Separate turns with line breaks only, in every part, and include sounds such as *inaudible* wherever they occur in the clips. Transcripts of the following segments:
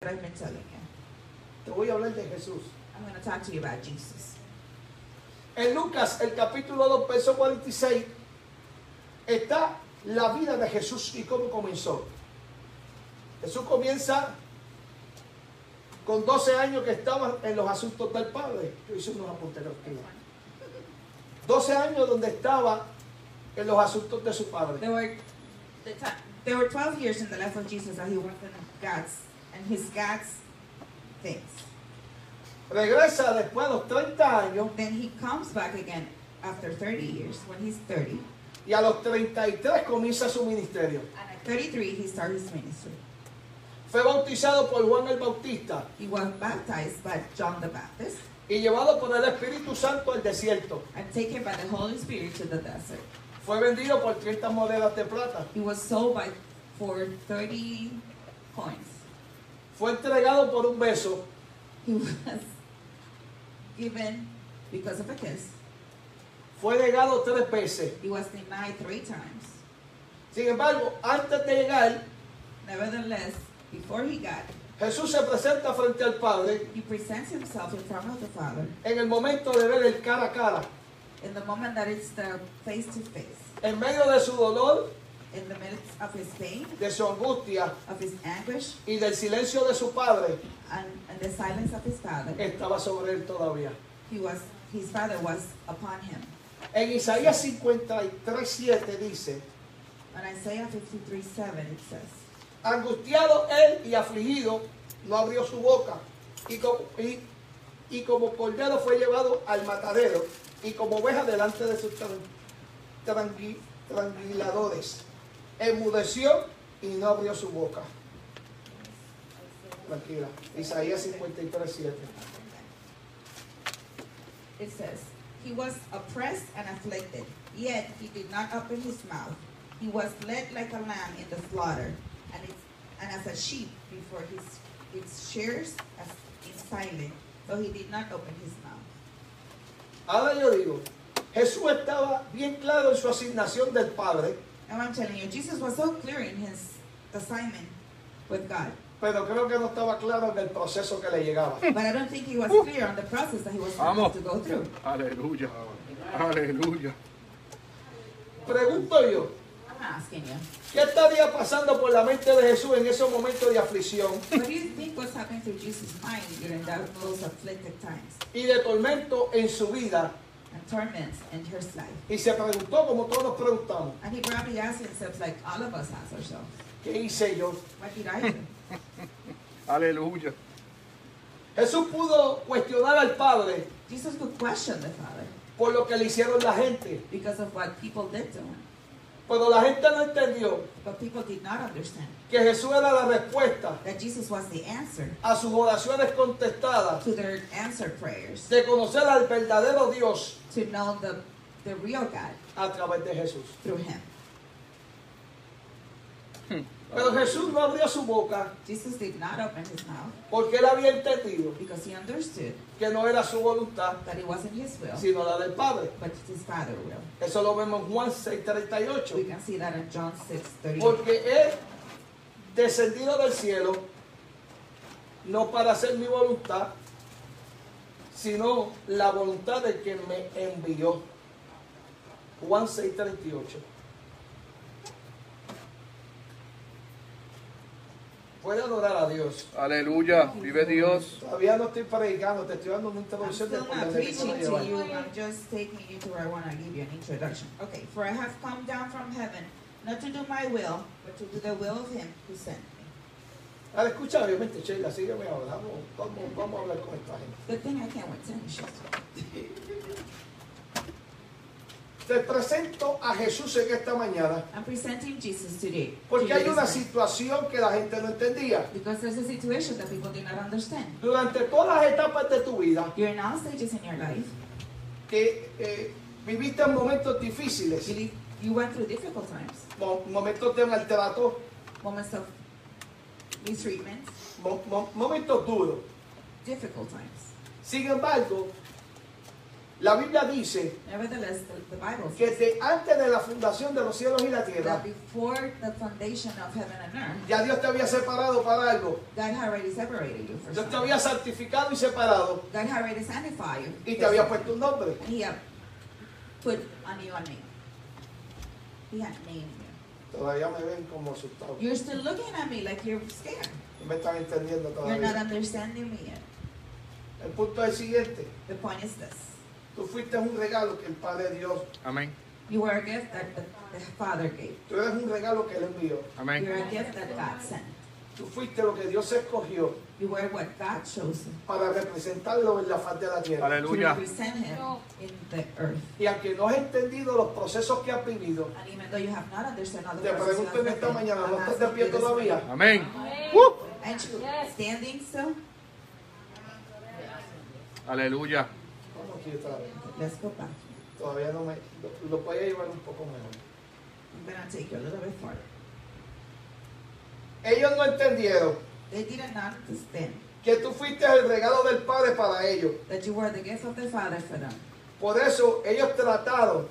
that I've been telling you.
Te voy a hablar de Jesús.
I'm going to talk to you about Jesus.
En Lucas, el capítulo 2, verso 46, está la vida de Jesús y cómo comenzó. Jesús comienza con 12 años que estaba en los asuntos del Padre. Yo hice unos apunteros. aquí. 12 años donde estaba en los asuntos de su Padre.
There were the ti- there were 12 years in the life of Jesus that he worked in God's and his God's things.
Regresa después de los 30 años
Then he comes back again after 30 years when he's 30.
y a los 33 comienza su ministerio.
And at 33, he started his ministry.
Fue bautizado por Juan el Bautista
He was baptized by John the Baptist
y llevado por el Espíritu Santo al desierto.
and taken by the Holy Spirit to the desert.
Fue vendido por 30 monedas de plata.
He was sold by for 30 coins.
Fue entregado por un beso.
He *laughs* was given because of a kiss.
Fue negado tres veces.
He was denied three times.
Sin embargo, antes de llegar,
Nevertheless, before he got,
Jesús se presenta frente al Padre
he presents himself in front of the Father
en el momento de ver el cara a cara.
in the moment that it's the face to face,
En medio de su dolor,
in the midst of his pain,
de su angustia
of his anguish,
y del silencio de su Padre,
and, and the silence of his Father.
estaba sobre él todavía.
He was, his Father was upon him.
En Isaías 53.7 dice,
On Isaiah 53 7, it says,
Angustiado él y afligido, no abrió su boca. Y como, y, y como cordero fue llevado al matadero, y como oveja delante de sus tran- trangui- tranquiladores. Enmudeció y no abrió su boca. Tranquila. Isaías 53, 7.
It says, He was oppressed and afflicted, yet he did not open his mouth. He was led like a lamb in the slaughter, and, it's, and as a sheep before his its shears as is silent, so he did not open his mouth.
Ahora yo digo, Jesús estaba bien claro en su asignación del Padre,
Now I'm telling you, Jesus was so clear in his assignment with God,
pero creo que no estaba claro en el proceso que le llegaba.
but I don't think he was clear on the process that he was supposed
Vamos.
to go through.
Aleluya. Aleluya.
Pregunto yo,
I'm asking you.
¿Qué estaría pasando por la mente de Jesús en esos momentos de aflicción
What do you think was happening through Jesus' mind during that, those afflicted times
y de tormento en su vida?
and torments in his life?
Y se preguntó, como todos nos preguntamos,
And he probably asked himself, like all of us ask ourselves,
¿qué hice yo?
what did I do?
Aleluya.
Jesús pudo cuestionar al Padre
Jesus could question the Father
por lo que le hicieron la gente,
because of what people did to him.
pero la gente no entendió
But people did not understand
que Jesús era la respuesta
that Jesus was the answer
a sus oraciones contestadas
to their answer prayers,
de conocer al verdadero Dios
to know the, the real God
a través de Jesús.
through him.
Pero Jesús no abrió su boca
Jesus did not open his mouth
porque él había entendido
because he understood
que no era su voluntad,
that it wasn't his will,
sino la del Padre.
but it's his Father will.
Eso lo vemos en Juan
We
6:38.
can see that in John 6, 38.
Porque he descendido del cielo no para hacer mi voluntad, sino la voluntad de quien me envió. Juan 6:38. Puede adorar a Dios.
Aleluya. Vive Dios.
Todavía no estoy predicando, te estoy dando una
I'm
introducción de
still
por la
not preaching
elección de
to
llevar.
you. I'm just taking you to where I want to give you an introduction. Okay, for I have come down from heaven, not to do my will, but to do the will of him who sent me.
Ahora escucha, obviamente, Sheila, sígueme ahora. Vamos, vamos, vamos a hablar con esta gente.
Good thing I can't wear tennis shoes.
Te presento a Jesús en esta mañana
I'm presenting Jesus today.
porque
to you
hay una
this morning.
situación que la gente no entendía.
Because there's a situation that people do not understand.
Durante todas las etapas de tu vida,
You're in all stages in your life.
que eh, viviste momentos difíciles,
You, live, you went through difficult times,
mo- momentos de maltrato,
moments of mistreatment,
mo- mo- momentos duros.
difficult times.
Sin embargo, La Biblia dice
Nevertheless, the, the Bible
que
says
desde antes de la fundación de los cielos y la
that
tierra,
before the foundation of heaven and earth,
ya Dios te había separado para algo.
God had already separated you for
Dios te
something.
había santificado y separado
God had already sanctified you.
y te
for
había
something.
puesto un nombre.
And He had put on you a name. He had named you.
Todavía me ven como asustado.
You're still looking at me like you're scared.
No me están entendiendo
You're not
todavía.
understanding me yet.
El punto es el siguiente.
The point is this.
Tú fuiste un regalo que el Padre Dios.
Amén.
You were a gift that the, the Father gave.
Tú eres un regalo que Él envió.
Amén.
You're a gift that God sent.
Tú fuiste lo que Dios escogió
You were what God chose
para representarlo en la faz de la
to
tierra.
Aleluya.
represent Him in the earth.
Y aunque no has entendido los procesos que has vivido,
And even though you have not understood all the
te
process
pregunto en
of
esta
it,
mañana, ¿no
I'm
estás de
asking
pie
you this
todavía?
Amén. Uh.
morning. Aren't you
Yes.
standing still?
Aleluya.
Vamos aquí otra vez.
Let's go back.
Todavía no me. Lo, lo voy a llevar un poco mejor.
I'm gonna take you a little bit farther.
Ellos no entendieron
They didn't understand
que tú fuiste el regalo del Padre para ellos.
that you were the gift of the Father for them.
Por eso ellos trataron,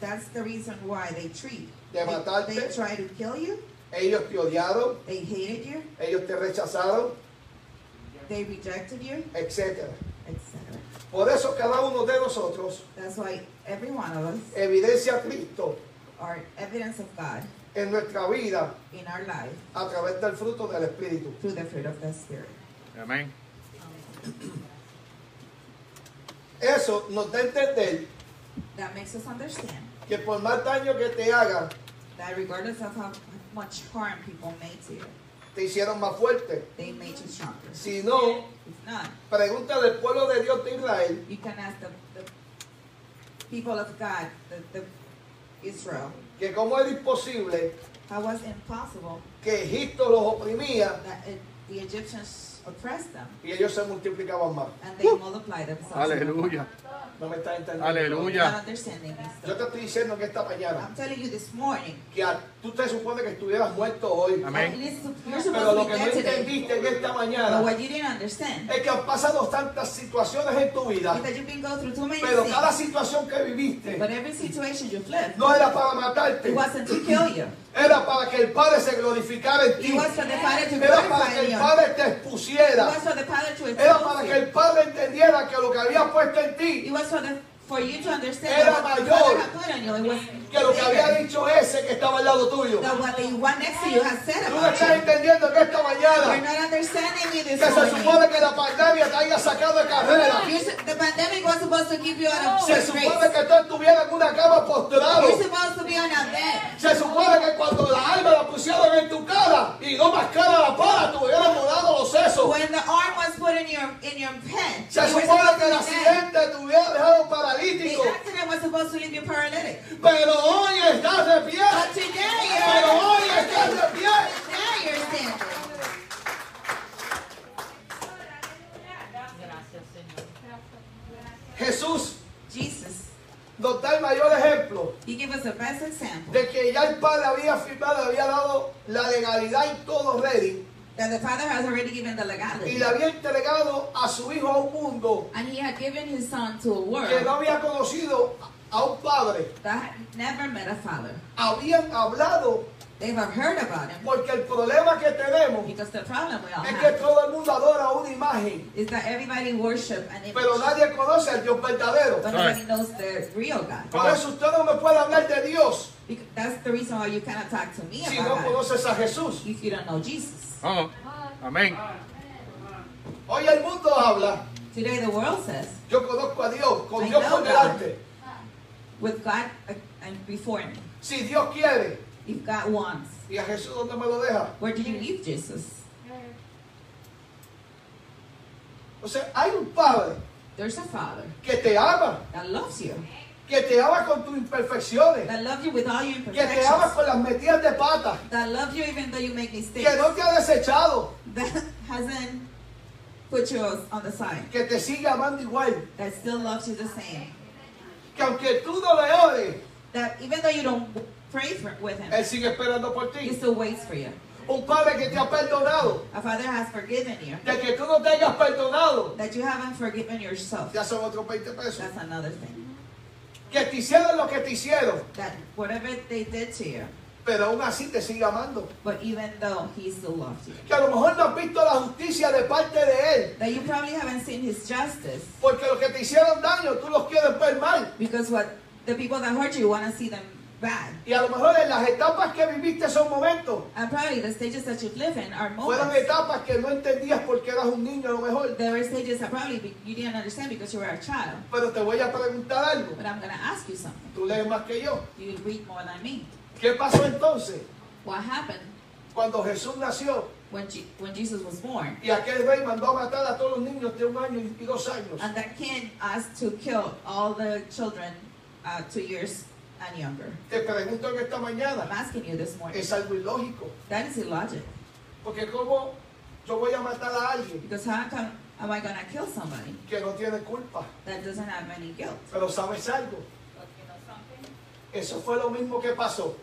That's the reason why they treat.
De matarte.
They, they try to kill you.
ellos te odiaron,
They hated you.
ellos te rechazaron,
They rejected you,
etc.
etc.
Por eso cada uno de nosotros
That's why every one of us
evidencia a Cristo
are evidence of God
en nuestra vida
in our life
a través del fruto del Espíritu.
through the fruit of the Spirit.
Amén.
Eso nos da a entender
That makes us understand
que por más daño que te hagan,
that regardless of how much harm people made to you,
te hicieron más fuerte.
they made you stronger. It's
Si no,
not.
pregunta al pueblo de Dios de Israel
You can ask the, the people of God, the, the Israel,
que cómo era imposible
how was it impossible
que Egipto los oprimía
that it, the Egyptians oppressed them
y ellos se multiplicaban más.
and they multiplied themselves.
Aleluya.
No me estás entendiendo.
Aleluya.
Not understanding me
Yo
still.
te estoy diciendo que esta mañana
I'm telling you this morning.
que a- tú te supone que estuvieras muerto hoy.
At
Amén.
least you're
Pero
supposed
lo
to
que
be
no
dead today.
entendiste en esta
But
mañana
what you didn't understand
es que han pasado tantas situaciones en tu vida,
is that you've been going through too many
pero cada
things.
situación que viviste
But every situation you've lived,
no era para
it
matarte,
wasn't to kill you.
era para que el Padre se glorificara en
It
ti,
was for the Father to
era para
glorify
que
you.
el
It
Padre te expusiera,
was for the Father to
era para
exalt
que el
you.
Padre entendiera que lo que había puesto en
It
ti,
was for the for you to understand that
Era
what the
mayor
Father had put on you. It was
que lo que había
bigger
dicho ese que estaba al lado tuyo.
than what the one next to you has said
Tú no
about
estás
you.
entendiendo que esta
You're
mañana
not understanding me
que
this
se
morning.
supone que la pandemia te haya sacado de carrera.
You're su- the pandemic was supposed to give you an
Se
grace.
supone que tú estuvieras en una cama postrado.
You're supposed to be on a bed.
Se supone que cuando la alma la pusieron en tu cara y no más cara la para, te hubieran morado los sesos.
When the arm was put in your in your head,
Se
you were
supone
supposed to be
que el
dead.
accidente te hubiera dejado
The
paralítico.
accident was supposed to leave you paralytic.
Pero hoy estás de pie.
But today
Pero
you're
hoy estás de pie.
now you're standing.
Jesús
Jesus,
nos da el mayor ejemplo
you give us the best example
de que ya el Padre había firmado, había dado la legalidad y todo ready
that the Father has already given the
y
legality.
le había entregado a su hijo a un mundo
And he had given his son to a
que no
world
había conocido a un padre.
that had never met a father.
Habían hablado
They've heard about him
porque el problema que tenemos
because the problem we all
Es que
have
todo el mundo adora una imagen,
is that everybody worship an image,
pero nadie conoce al Dios verdadero.
but nobody knows the real God.
Por eso usted no me puede hablar de Dios
Because that's the reason why you cannot talk to me
si no
about God
conoces a Jesús.
if you don't know Jesus.
Vamos. Amén.
Hoy el mundo habla,
Today the world says,
yo conozco a Dios, con
I
Dios
know
por
God.
delante.
with God uh, and before me,
Si Dios quiere,
if God wants,
y a Jesús dónde me lo deja.
where did you leave Jesus?
O sea, hay un Padre
There's a Father
que te ama,
that loves you,
que te ama con tus imperfecciones,
that loves you with all your
que te ama
imperfections,
con las metidas de pata,
that loves you even though you make mistakes,
que no te ha desechado,
that hasn't put you on the side,
que te sigue amando igual,
that still loves you the same,
que aunque tú no le ores,
that even though you don't pray for, with Him,
Él sigue esperando por
He
ti.
still waits for you.
Un padre que te ha perdonado.
A father has forgiven you.
De que tú no te hayas perdonado.
That you haven't forgiven yourself.
Ya son otros 20 pesos.
That's another thing.
Que te hicieron lo que te hicieron.
That whatever they did to you,
Pero aún así te sigue amando.
but even though he still loved you.
Que a lo mejor no has visto la justicia de parte de él.
That you probably haven't seen his justice.
Porque los que te hicieron daño, tú los quieres ver mal.
Because what the people that hurt you want to see them bad.
Y a lo mejor en las etapas que viviste esos momentos,
And probably the stages that you live in are
fueron
moments.
etapas que no entendías porque eras un niño a lo mejor.
There were stages that probably be- you didn't understand because you were a child.
Pero te voy a preguntar algo.
But I'm going to ask you something.
Tú lees más que yo.
You read more than me.
¿Qué pasó entonces
What happened
cuando Jesús nació
when, Je- when Jesus was born?
y aquel rey mandó a matar a todos los niños de un año y dos años?
And that king asked to kill all the children uh, two years and younger.
Te pregunto en esta
I'm
mañana.
asking you this morning.
Es algo ilógico.
That is illogic.
Porque ¿cómo yo voy a matar a alguien
Because how come am I going to kill somebody
que no tiene culpa?
that doesn't have any guilt?
Pero ¿sabes algo? Eso fue lo mismo que pasó.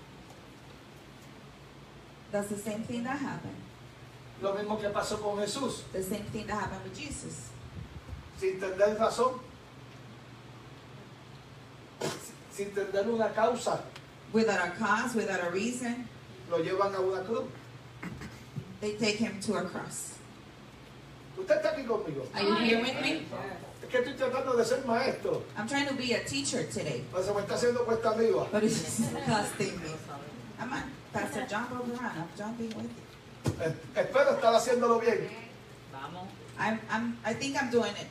That's the same thing that happened.
Lo mismo que pasó con Jesús.
The same thing that happened with Jesus.
sin tener razón, sin tener una causa,
Without a cause, without a reason,
lo llevan a una cruz.
they take him to a cross.
Usted está aquí conmigo.
Are you here with me?
Es que estoy tratando de ser maestro,
I'm trying to be a teacher today,
pero se me está haciendo cuesta arriba.
but it's *laughs* just costing me. I'm on Pastor John Bobran. I'm jumping with you.
Eh, Espero estar haciéndolo bien.
Vamos.
I'm, I'm, I think I'm doing it.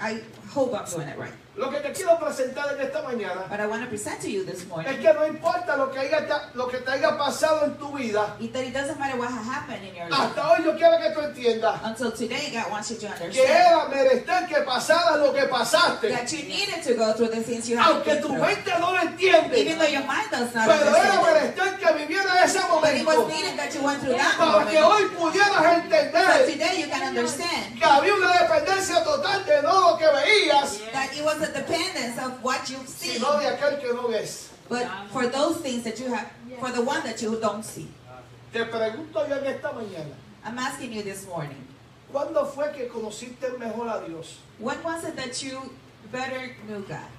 I hope I'm doing it right.
Lo que te quiero presentar en esta mañana
But I want to present to you this morning
es que no importa lo que, haya- lo que te haya pasado en tu vida,
is that it doesn't matter what has happened in your life.
hasta hoy yo quiero que tú entiendas
Until today, God wants you to
que
understand
era merecer que pasaras lo que pasaste,
that you needed to go through the things you have
aunque
been
tu
through.
mente no lo entiende.
Even though your mind does not
Pero era
understand it.
menester que viviera ese
But it was
momento
needed that you went through that
para que
moment.
hoy pudieras
So
entender
today you can understand
que había una dependencia total de no lo que veías,
that it was a dependence of what you've seen,
sino de aquel que no ves.
but for those things that you have, for the one that you don't see.
Te pregunto yo en esta mañana,
I'm asking you this morning,
¿cuándo fue que conociste mejor a Dios?
when was it that you better knew God?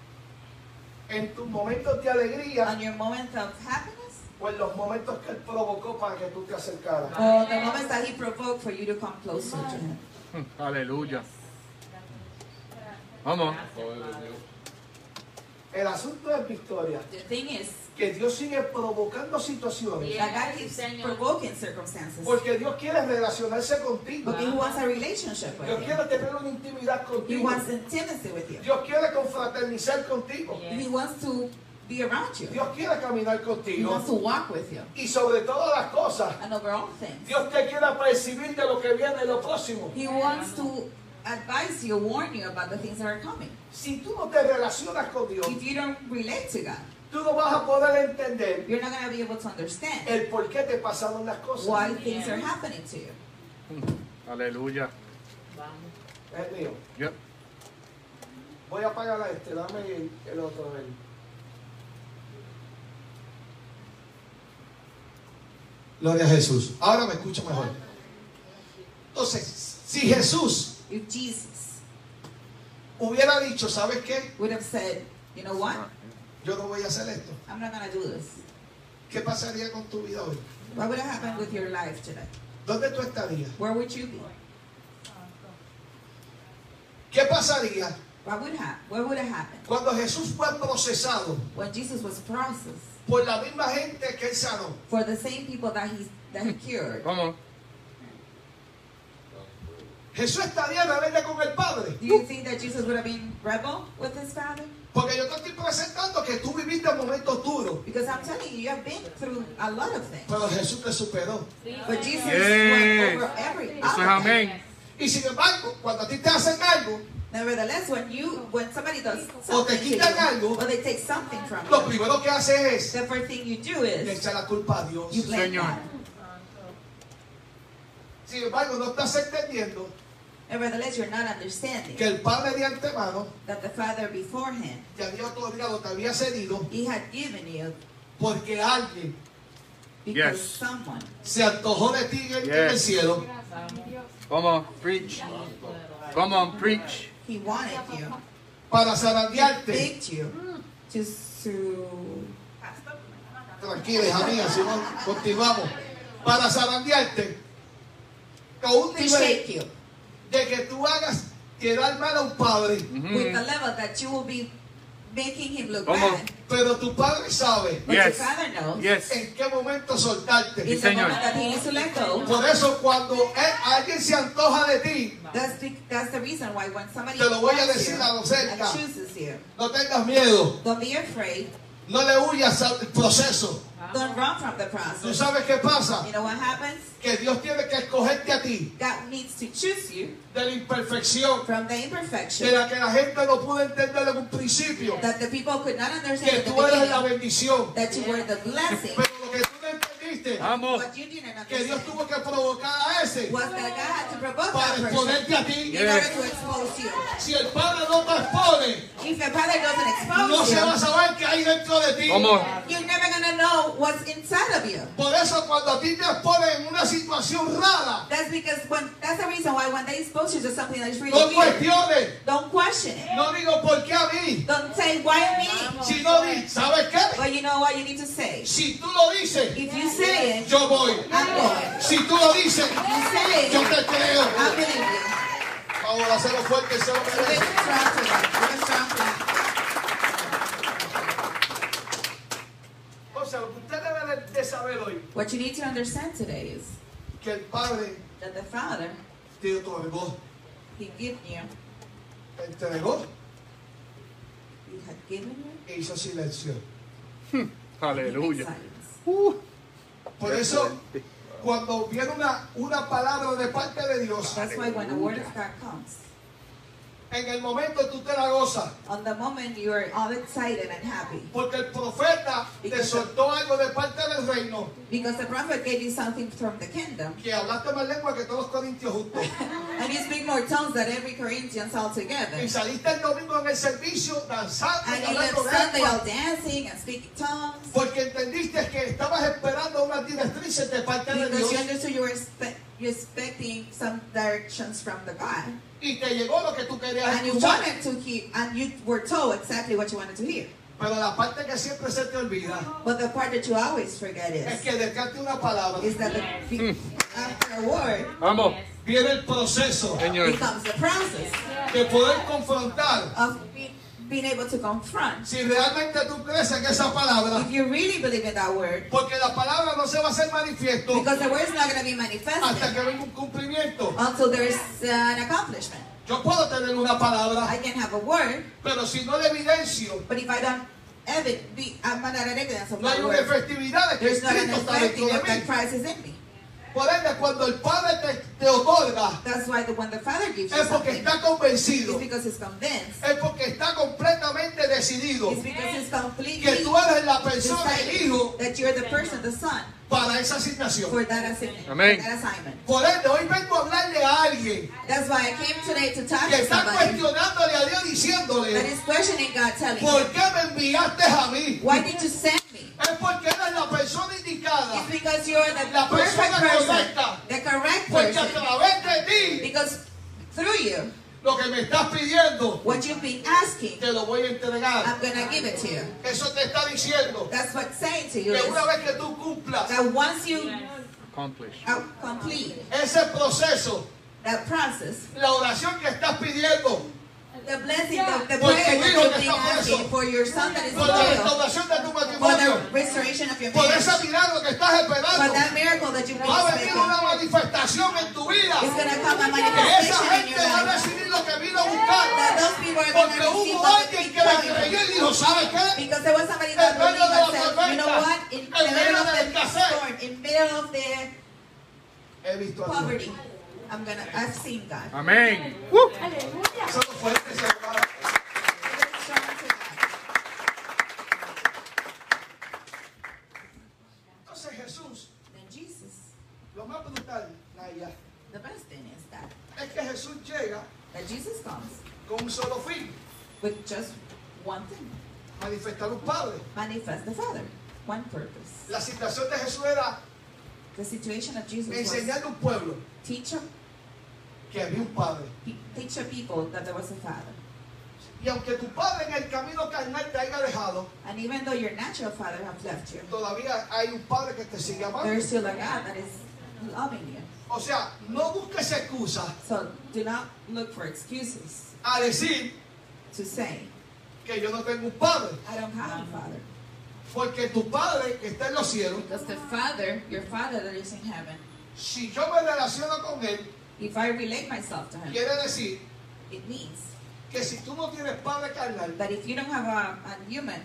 ¿En tus momentos de
On
alegría
your moments of happiness?
o en Pues los momentos que Él provocó para que tú te acercaras?
Or the moments that He provoked for you to come closer to Him?
Aleluya. Vamos.
El asunto es, Victoria,
The thing is,
que Dios sigue provocando situaciones
that God keeps provoking circumstances.
porque Dios quiere relacionarse contigo.
But He wants a relationship with
Dios
you.
quiere tener una intimidad
He
contigo.
wants intimacy with you.
Dios quiere confraternizar contigo.
He wants to be around you.
Dios quiere caminar
He
contigo.
wants to walk with you.
Y sobre todas las cosas,
And over all things.
Dios te quiere percibir de lo que viene en lo próximo.
He wants to advise you, warn you about the things that are coming.
Si tú no te relacionas con Dios,
If you don't relate to God,
tú no vas a poder entender
you're not going to be able to understand
el por qué te pasaron las cosas.
why things are happening to you.
Aleluya.
Vamos.
Es mío.
Yep.
Voy a apagar a este, dame el, el otro. el- Gloria a Jesús. Ahora me escucho mejor. Entonces, si Jesús
If Jesus
hubiera dicho, ¿sabes qué?
would have said, you know what?
Yo no voy a hacer esto.
I'm not going to do this.
¿Qué pasaría con tu vida hoy?
What would have happened with your life today?
¿Dónde tú estarías?
Where would you be?
¿Qué pasaría
What would have? What would have happened
cuando Jesús fue procesado
when Jesus was processed
por la misma gente que él sanó?
for the same people that he that he cured?
Vamos.
Jesús estaría rebelde con el Padre.
Do you think that Jesus would have been rebel with his father?
Porque yo te estoy presentando que tú viviste momentos duros,
Because I'm telling you, you have been through a lot of things.
pero Jesús te superó.
But Jesus
Yes.
went over every
Eso es
other thing.
amén.
Y sin embargo, cuando a ti te hacen algo,
Nevertheless, when you when somebody does
O te
something to
quitan
you,
algo.
or they take something from
lo
you,
primero que haces es
the first thing you do
le
is
echa la culpa a Dios.
you blame
Señor.
God.
Sin embargo, no estás entendiendo
Nevertheless, you're not understanding
que el Padre de antemano
that the Father beforehand
te había otorgado, te había cedido
He had given you
porque alguien
because
Yes.
someone
se antojó de ti en en el
Yes.
cielo.
Come on, preach. Come on, preach.
he wanted you,
para
he
zarandearte.
picked you just to
Tranquiles, amigas, si no, continuamos. Para zarandearte a un
to
nivel
shake you
de que tú hagas quedar mal a un padre.
with the
Mm.
Mhm.
level that you will be making him look
Come on.
bad.
Pero tu padre sabe
But
Yes.
your father knows
Yes.
en qué momento soltarte.
it's the
Señor.
moment that he needs to let go.
Por eso cuando él- alguien se antoja de ti,
That's the, that's the reason why when somebody
Te lo voy a
wants
decir
you
a lo cerca.
and chooses you,
no tengas miedo,
don't be afraid.
no le huyas al proceso.
Don't run from the
¿Tú
process.
sabes qué pasa?
You know what happens?
Que Dios tiene que escogerte a ti
God needs to choose you
de la imperfección,
from the
de
imperfection
la que la gente no pudo entender en un principio.
that the people could not
que
understand at the
tú eres la
beginning,
bendición.
that you were the blessing,
Pero lo que tú no entendiste,
Vamos.
but you didn't
que Dios
understand
tuvo que provocar a ese
was that God had to provoke
para
that person
exponerte a ti.
in order to expose you.
Si el Padre no te expone,
If your father
no se va a
doesn't expose
saber qué hay dentro de ti.
Come on.
you, you're never gonna know what's inside of you.
Por eso cuando a ti te exponen en una situación rara,
That's because when that's the reason why when they expose you to something that's really
no
weird,
cuestiones,
don't question it.
no digo por qué a mí,
Don't say why me.
sino di, ¿sabes qué?
But you know what you need to say.
Si tú lo dices,
If you say it,
yo voy.
I'm going.
Si tú lo dices,
If you say
yo
it,
te creo.
I believe you.
Vamos a hacerlo fuerte, se lo
Give it
merece.
a strong clap. Give it a strong clap.
O sea, lo que usted debe de- de saber hoy,
What you need to understand today is
que el Padre
that the Father,
te otorgó,
He gave you,
te entregó
He had given you.
e hizo silencio.
in
Aleluya.
silence.
Uh.
Por eso, cuando viene una, una palabra de parte de Dios,
That's why when the word of God comes,
en el momento tú te la gozas,
on the moment you are all excited and happy
porque el profeta te soltó algo de parte del reino,
because the prophet gave you something from the kingdom.
que hablaste más lengua que todos los corintios juntos,
And you speak more tongues than every Corinthians altogether.
y saliste el domingo en el servicio danzando y
And you left
hablando
Sunday
lengua,
all dancing and speaking tongues
porque entendiste que estabas esperando unas directrices de parte de
because
Dios,
you understood you were expe- you're expecting some directions from the God.
y te llegó lo que tú querías
And you
escuchar,
wanted to hear, and you were told exactly what you wanted to hear.
pero la parte que siempre se te olvida.
But the part that you always forget
es
is,
que detrás de una palabra
is that the, be- after a word
Vamos.
viene el proceso
Señor.
becomes the process
de poder confrontar
of be- being able to confront.
si realmente tú crees en esa palabra
If you really believe in that word,
porque la palabra no se va a hacer manifiesto
because the word is not going to be
hasta
manifested
que venga un cumplimiento
until there is uh, an accomplishment.
yo puedo tener una palabra
I can have a word,
pero si no la evidencio
But if I don't have it, be, I'm not an evidence of
no
that
hay una
word.
efectividad de que
There's not an
Cristo está
effecting
dentro de
of that
mí
Christ is in me.
por ende cuando el Padre te, te otorga
That's why the when the Father gives you
es porque
something,
está convencido
it's because he's convinced.
es porque está completamente decidido
It's because he's
que
completely
tú eres la persona el hijo
decided that you're the person, the son,
para esa asignación
for that assignment.
Amén.
for That assignment.
Por ende, hoy vengo a hablarle a alguien
That's why I came today to talk
que
to
está
somebody
cuestionándole a Dios
that
diciéndole,
is questioning God, telling
¿por
him,
qué me enviaste a mí?
"Why did you send me?"
Es porque eres la persona indicada,
It's because you're the
La
perfect
persona
person,
correcta.
the correct
porque a
person,
través de ti,
because through you,
lo que me estás pidiendo,
what you've been asking,
te lo voy a entregar.
I'm gonna give it to you.
Eso te está diciendo
That's what's saying to
que
you is
una vez que tú cumplas
that once you
Accomplish.
out- complete
ese proceso,
that process,
la oración que estás pidiendo,
the blessing, the, the
Por tu
prayer that
hijo
you've
que
been
está preso.
asking for your son that is in
por la
jail,
restauración de tu
for
matrimonio,
the restoration of your
por
marriage,
ese
for
milagro que estás esperando,
that miracle that you've been
va a venir
expecting,
una manifestación en tu vida.
it's gonna come a
que esa
manifestation in your
gente va a
life.
recibir lo que vino a
That
buscar.
those people are
Porque
gonna receive
hubo
what
alguien
they've
que le
been praying
creyó y dijo, ¿sabe
for.
qué?
Because there was somebody
En
that
medio
believed
de la
and said, you know
tormenta,
what, in the
en medio
middle of
de la
the
escasez.
storm, in middle of the
He visto a Dios.
poverty, I'm gonna, I've seen God.
Amén. Uh.
Eso no fue este semana.
Give it a strong to God.
Entonces Jesús,
Then Jesus,
lo más brutal, Naya,
the best thing is that
es que Jesús llega
that Jesus comes
con un solo fin,
with just one thing
manifestar un Padre.
manifest the Father. one purpose.
La situación de Jesús era
The situation of Jesus was
enseñarle a un pueblo
teach a,
que había un padre.
pe- teach a people that there was a father.
Y aunque tu padre en el camino carnal te haya dejado,
And even though your natural father has left you,
todavía hay un padre que te sigue
there is
amando.
still a God that is loving you.
O sea, no busques excusas
So do not look for excuses
a decir
to say,
que yo no tengo un padre.
I don't have a father.
Porque tu padre que está en los cielos,
Because the father, your father that is in heaven,
si yo me relaciono con él,
if I relate myself to him,
quiere decir
it means
que si tú no tienes padre carnal
that if you don't have a, a human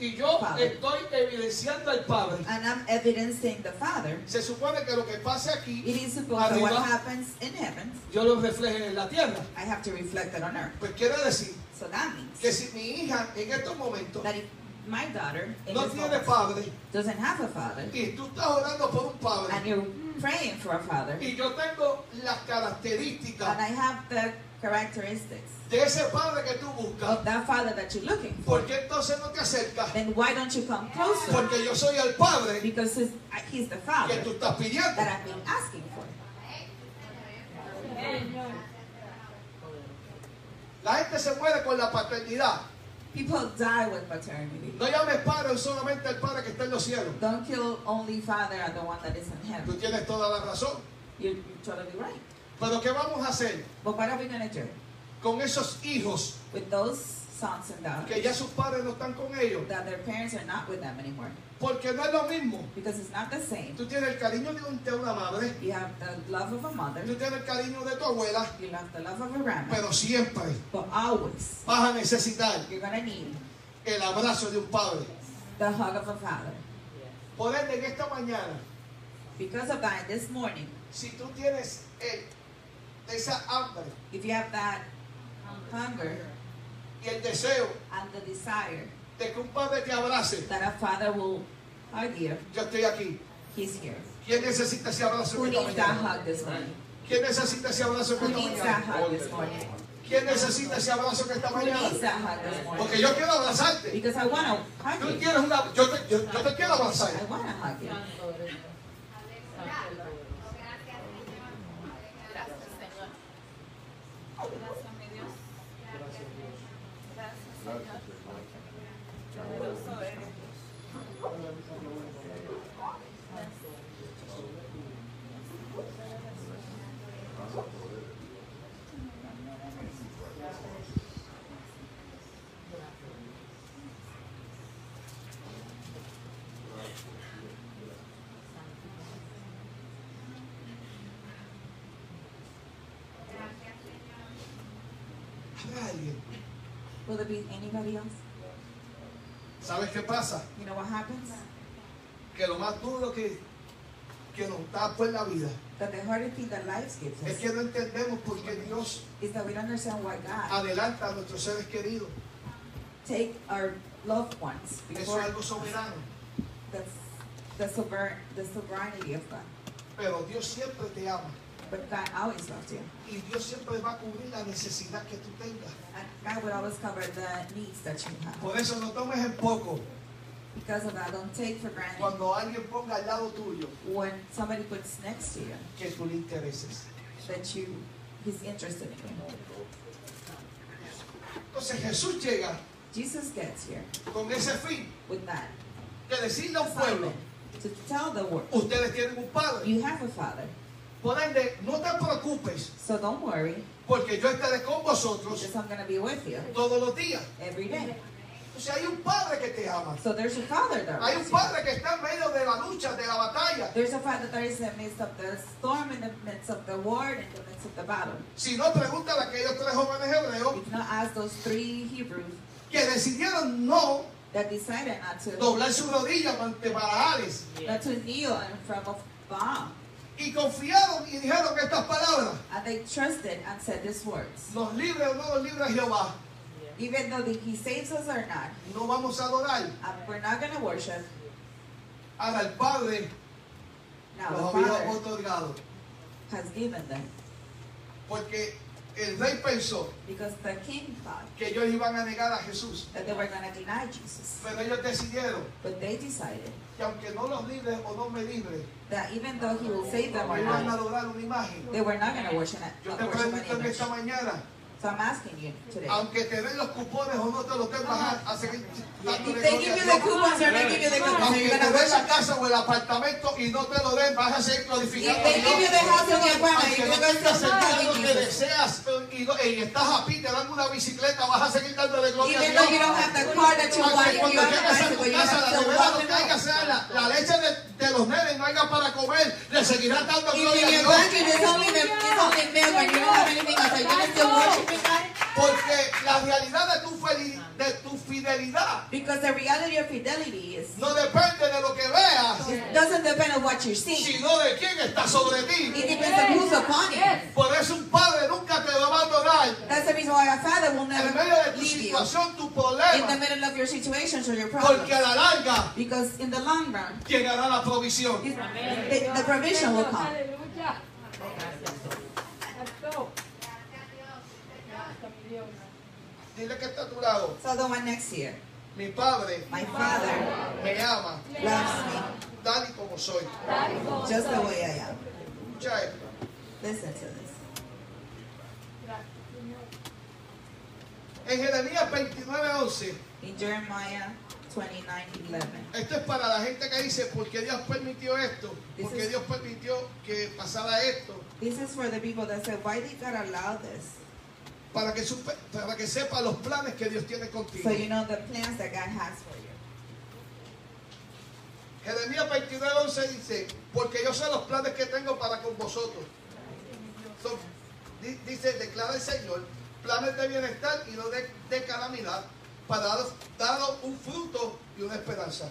y yo
Padre.
estoy evidenciando al padre,
and I'm evidencing the father,
se supone que lo que pase
it
aquí,
is supposed that what
Arriba.
happens in heaven,
yo lo refleje en la tierra.
I have to reflect it on earth.
Pues quiere decir
So that means
que si mi hija en estos momentos
that if my daughter in
no
this
tiene
moment
padre
doesn't have a father,
y tú estás orando por un
and
padre
you're praying for a father,
y yo tengo las
and I
características
have the characteristics
de ese padre que tú buscas,
of that father that you're looking for,
¿por qué entonces no te acercas?
then why don't you come closer?
Porque yo soy el padre
Because he's, he's the
que
father
tú estás pidiendo.
that I've been asking for.
La gente se muere con la paternidad.
People die with paternity.
No llames padre solamente al padre que está en los cielos.
Don't kill only father and the one that is in
Tú
heaven.
tienes toda la razón.
You're, you're totally right.
Pero ¿qué vamos a hacer
But what are we going to do
con esos hijos
with those sons and
que
daughters
ya sus padres no están con ellos?
that their parents are not with them anymore?
Porque no es lo mismo.
Because it's not the same.
Tú tienes el cariño de un- de una madre,
You have the love of a mother,
tú tienes el cariño de tu abuela,
you have the love of a grandma,
pero siempre
but always
vas a necesitar
you're going to need
el abrazo de un padre.
the hug of a father.
Por ende, en esta mañana,
Because of that, this morning,
si tú tienes el- esa hambre
if you have that hunger
y el deseo
and the desire
de que un padre te abrace,
that a father will hug you,
yo estoy aquí.
he's here.
¿Quién necesita ese abrazo
Who
en esta
needs that
mañana?
hug this morning?
¿Quién necesita ese abrazo en
Who
esta
needs that
mañana?
hug this morning?
¿Quién necesita ese abrazo en esta
Who needs
mañana?
that hug this morning?
Porque yo quiero abrazarte.
Because I want to
Tú
hug you.
quieres una, yo, te, yo- yo te quiero abrazar.
I want to hug you.
Santo eres tú. Santo eres tú. Gracias, Señor. Gracias, mi Dios. Gracias, Señor. Poderoso eres.
Habrá alguien.
Will there be anybody else?
¿Sabes qué pasa?
You know what happens?
Que lo más duro que, que nos tapa en la vida
That the hardest thing that life gives
es
us
que no entendemos por qué Dios
is that we don't understand why God
adelanta a nuestros seres queridos.
take our loved ones
Eso
before
es algo soberano.
that's the sovereign the sovereignty of God.
Pero Dios siempre te ama.
But God always loved you.
Y Dios siempre va a cubrir la necesidad que tú tengas.
And God would always cover the needs that you have.
Por eso no tomes en poco
Because of that, don't take for granted
cuando alguien ponga al lado tuyo
when somebody puts next to you
que tú le intereses.
that you he's interested in you.
Entonces Jesús llega
Jesus gets here
con ese fin
with that
de decirle a un pueblo,
assignment to tell the world
ustedes tienen un padre.
you have a father.
Por ende, no te preocupes,
So don't worry,
porque yo estaré con vosotros
because I'm gonna be with you
todos los días.
every day.
O sea, hay un padre que te ama.
So there's a father that
Hay un
loves you.
padre que está en medio de la lucha, de la batalla.
There's a father that is in the midst of the storm, in the midst of the war, in the midst of the battle.
Si no, pregúntale a aquellos tres jóvenes hebreos
If not, ask those three Hebrews
que decidieron no
that decided not to
doblar su rodilla ante Balaales
not to kneel in front of Baal,
y confiaron y dijeron que estas palabras
and they trusted and said these words.
nos libre o no nos libre Jehová,
Even though the, he saves us or not,
no vamos a adorar
uh, we're not gonna worship.
ahora el Padre
Now
nos
the
había
Father
otorgado.
has given them
Porque el rey pensó
because the king thought
que ellos iban a negar a Jesús.
that they were going to deny Jesus.
Pero ellos decidieron
But they decided
que aunque no los libres o no me libres,
that even though he will save them
me
or
iban a
not,
adorar una imagen.
they were not going to worship,
Yo
an-
te
uh, worship
pregunto
an
en
image.
esta mañana,
So I'm asking you today.
aunque te den los cupones o no te los den, vas a, a seguir dándole
If they
gloria
give
a
you
Dios.
the coupons or not give you the coupons, are
Aunque
you going
te
to
den
worship?
la casa o el apartamento y no te lo den, vas a seguir
If
glorificando a
they give you
Dios.
the house or the apartment,
Aunque
you're
no
going to
tengas el
worship
carro que
Jesus.
deseas y, no- y estás a pie, te dan una bicicleta, vas a seguir dándole gloria
Even
a
though you
Dios.
don't have the car that you want, if
Aunque
you
cuando
have a
llegas a
bicycle,
tu
you
casa,
have to
la nevera
walk
no
it
caiga,
home.
sea la, la leche de, de los nenes, no haya para comer, le seguirás dando
If
gloria
in your
a Dios.
budget it's only the, it's only milk and you don't have anything else, are you going to still worship it, God?
Porque la realidad de tu, feli- de tu fidelidad
Because the reality of fidelity is,
no depende de lo que veas,
it doesn't depend on what you're seeing.
sino de quién está sobre ti.
It depends on who's upon you.
Por eso un padre nunca te va a abandonar.
That's the reason why a father will
En
never
medio de tu
leave you
situación, tu
in the
problema.
middle of your situations or your
Porque
problems.
a la larga
Because in the long run,
llegará la provisión.
it's- the, the provision will come.
Aleluya. Santo.
Dile que está a tu lado.
So the one next year,
Mi padre
my father
me ama
loves me
tal y como soy.
just the way I am.
Escucha esto.
Listen to this.
En Jeremías 29:11,
In Jeremiah 29 11.
esto es para la gente que dice, ¿por qué Dios permitió esto? ¿Por qué Dios permitió que pasara esto?
This is for the people that say, why did God allow this?
Para que, supe- para que sepa los planes que Dios tiene contigo.
So you know the plans that God has for you.
Jeremías 29, 11 dice, porque yo sé los planes que tengo para con vosotros. Son- di- dice, declara el Señor, planes de bienestar y no de, de calamidad, para daros, daros un fruto y una esperanza.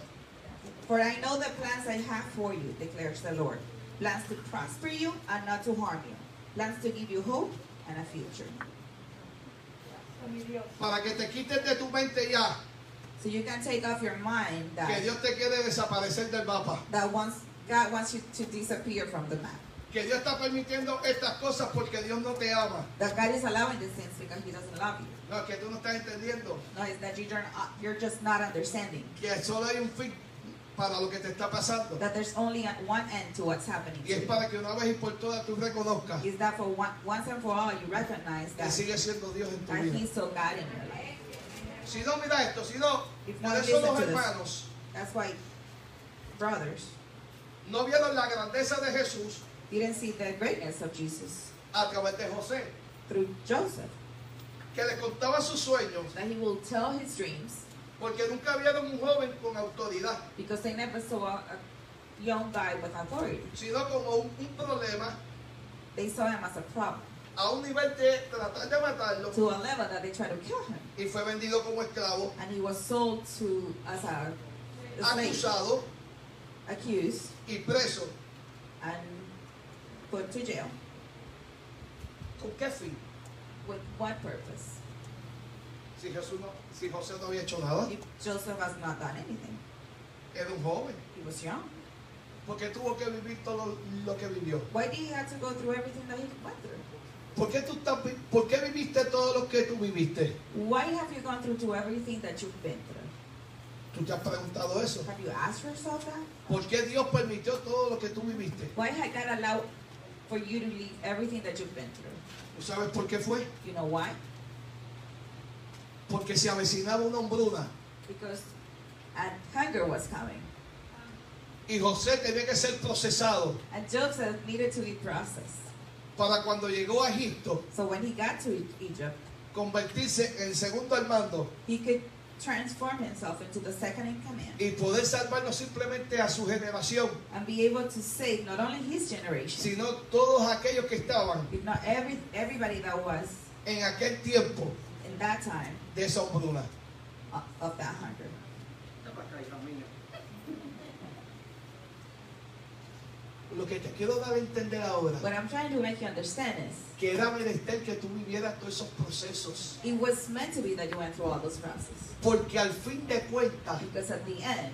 For I know the plans I have for you, declares the Lord. Plans to prosper you and not to harm you. Plans to give you hope and a future.
Para que te quites de tu mente ya,
So you can take off your mind
que
that,
Dios te quiere desaparecer del mapa.
that wants, God wants you to disappear from the map.
Que Dios está permitiendo estas cosas porque Dios no te ama.
That God is allowing these things because He doesn't love you.
No, que tú no estás entendiendo
No, it's that you don't, uh, you're just not understanding.
que solo hay un fin para lo que te está pasando.
That there's only one end to what's happening.
Y es
to you.
para que una vez y por todas tú reconozcas
is that for one, once and for all you recognize
que
that,
sigue siendo Dios en tu
that
vida.
he's still God in your life.
Si no, mira esto, si no,
If
por
not,
eso
listen
los
to this.
hermanos
That's why brothers
no vieron la grandeza de Jesús
didn't see the greatness of Jesus
a través de José,
through Joseph.
que le contaba sus sueños,
That he will tell his dreams
porque nunca vieron un joven con autoridad,
because they never saw a, a young guy with authority.
sino como un, un problema
They saw him as a problem
a un nivel de tratar de matarlo
to a level that they tried to kill him.
y fue vendido como esclavo,
And he was sold to as a slave,
acusado
accused,
y preso.
and put to jail.
¿Con qué fin?
With what purpose?
Si, Jesús no, si José no había hecho nada,
If Joseph has not done anything,
era un joven,
he was young.
porque tuvo que vivir todo lo que vivió.
Why did he have to go through everything that he went through?
¿Por qué, tú estás vi- ¿Por qué viviste todo lo que tú viviste?
Why have you gone through to everything that you've been through?
¿Tú te has preguntado eso?
Have you asked yourself that?
¿Por qué Dios permitió todo lo que tú viviste?
Why had God allowed for you to leave everything that you've been through?
¿Tú sabes por qué fue?
You know why?
Porque se avecinaba una hambruna
Because and hunger was coming.
y José tenía que ser procesado
And Joseph needed to be processed.
para cuando llegó a Egipto
So when he got to E- Egypt,
convertirse en segundo al mando
he could transform himself into the second in command
y poder salvar no simplemente a su generación,
and be able to save not only his generation,
sino todos aquellos que estaban
if not every everybody that was
en aquel tiempo
in that time
de esa hambruna.
of, of that hunger.
Lo que te quiero dar a entender ahora,
What I'm trying to make you understand is
que era menester que tú vivieras todos esos procesos,
It was meant to be that you went through all those processes.
porque al fin de cuentas
Because at the end,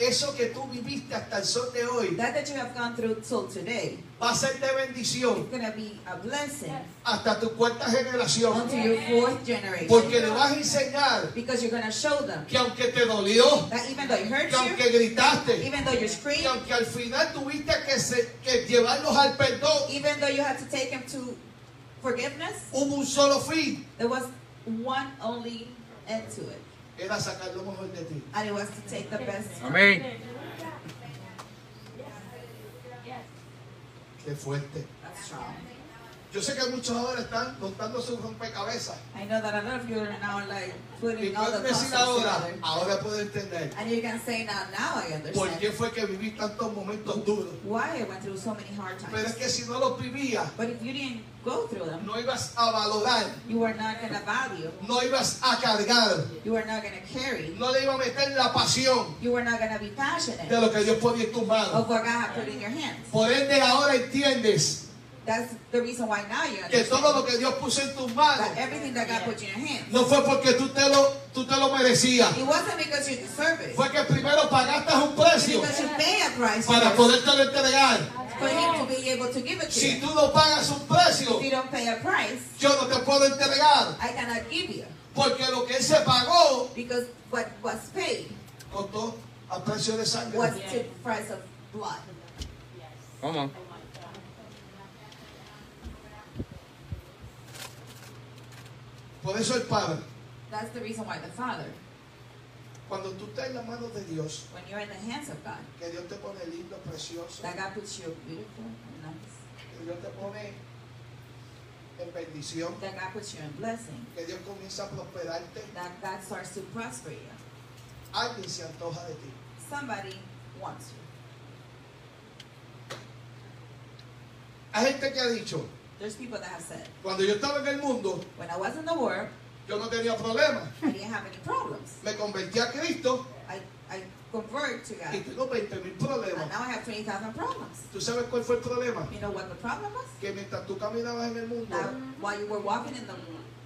Eso que tú viviste hasta el sol de hoy
That that you have gone through till today
va a ser de bendición
is going to be a blessing
hasta tu cuarta generación.
unto your fourth generation.
Porque le vas a enseñar
Because you're going to show them
que aunque te dolió,
that even though it
que
hurts you,
aunque gritaste,
even though you
que
scream,
aunque al final tuviste que, se- que llevarlos al perdón,
even though you had to take them to forgiveness,
hubo un solo fin.
there was one only end to it.
Era sacar lo mejor de ti.
And it was to take the best.
Amén.
Qué fuerte.
That's strong.
Yo sé que muchos ahora están montando sus rompecabezas.
I know that a lot of you are now like
Y
putting all the
puedes
puzzles
decir ahora,
together.
ahora puedo entender
And you can say now, now I
por qué
understand
fue que viví tantos momentos duros.
why I went through so many hard
Pero
times.
es que si no los vivías,
But if you didn't go through them,
no ibas a valorar,
you are not going to value,
no ibas a cargar,
you are not going to carry,
no le iba a meter la pasión
you are not going to be
de
passionate
lo que Dios ponía en tus manos.
of what God had put in your hands.
Por ende, ahora entiendes
That's the reason why now you
que todo
understand
lo que Dios puso en tus
that
manos
everything that God put in your hands,
no fue porque tú te lo, tú te lo merecías,
it wasn't because you deserve it,
fue que primero pagaste un precio
because you pay a price for
para
it,
podértelo entregar.
for Him to be able to give it to
Si
you.
tú no pagas un precio,
If you don't pay a price,
yo no te puedo entregar,
I cannot give you.
porque lo que Él se pagó
Because what was paid
costó a precio de
was
sangre.
the price of blood.
¿Cómo?
Por eso el Padre,
That's the reason why the Father,
cuando tú estás en las manos de Dios,
when you're in the hands of God,
que Dios te pone lindo, precioso,
that God puts you beautiful and nice,
que Dios te pone en bendición,
that God puts you in blessing,
que Dios comienza a prosperarte,
that God starts to prosper you.
alguien se antoja de ti.
Somebody wants you.
Hay gente que ha dicho,
There's people that have said,
cuando yo estaba en el mundo,
when I was in the world,
yo no tenía problemas.
I didn't have any problems.
Me convertí a Cristo
I, I convert to God.
y tengo 20 mil
And
problemas.
now I have 20,000 problems.
¿Tú sabes cuál fue el problema?
You know what the problem was?
Que mientras tú caminabas en el mundo,
Now, while you were walking in the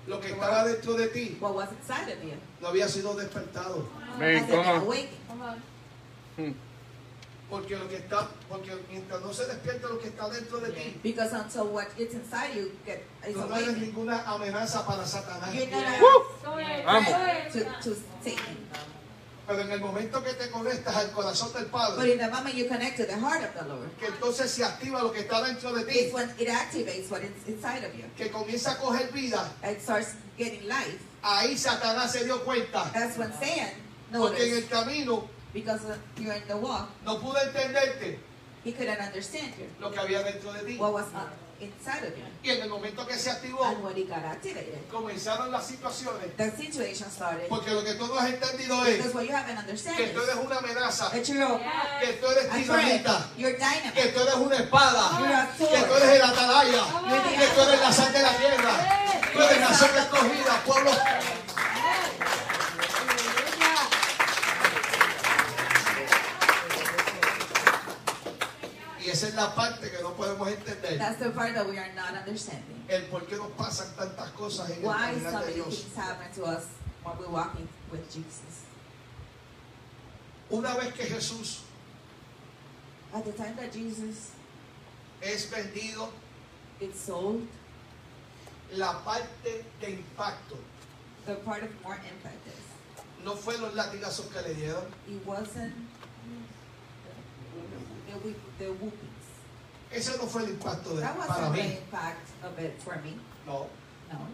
lo que estaba dentro de ti
what was inside of you
no había sido despertado.
Amén.
hasn't been
¿Cómo?
awakened.
Porque lo que está, porque mientras no se despierta lo que está dentro de ti,
Because until what gets inside you get, is
tú no eres
awakened,
ninguna amenaza para Satanás.
you're not a
Woo.
threat to, to Satan.
Pero en el momento que te conectas al corazón del
But
Padre,
in the moment you connect to the heart of the Lord,
que entonces se activa lo que está dentro de ti,
it's when it activates what is inside of you.
que comienza a coger vida,
It starts getting life.
ahí Satanás se dio cuenta.
That's when Satan
Porque en
noticed
el camino
because of- you're in the walk,
no pude entenderte
he couldn't understand you.
lo que había dentro de ti.
What was uh, inside of you.
Y en el momento que se
And
activó,
when he got activated,
comenzaron las situaciones.
the situation started.
Porque lo que tú no has entendido
Because
es
what you haven't understood
que tú eres
is
una amenaza,
that you're a
que tú eres
a threat,
dinamita,
you're dynamite.
que tú eres una espada,
You're a
que tú
sword.
eres el atalaya, que tú eres la sal de la tierra, tú eres nación escogida, pueblo. Y esa es la parte que no podemos entender.
That's the part that we are not understanding.
El por qué nos pasan tantas cosas en el
Why so
caminar de
many
Dios.
things happen to us when we're walking with Jesus?
Una vez que Jesús
At the time that Jesus
es vendido,
gets sold,
la parte de impacto
the part of more impact is
no fue los latigazos que le dieron,
it wasn't the, whip, the whoopings.
ese no fue el impacto de,
That
para
wasn't the
mí.
impact of it for me.
No,
No.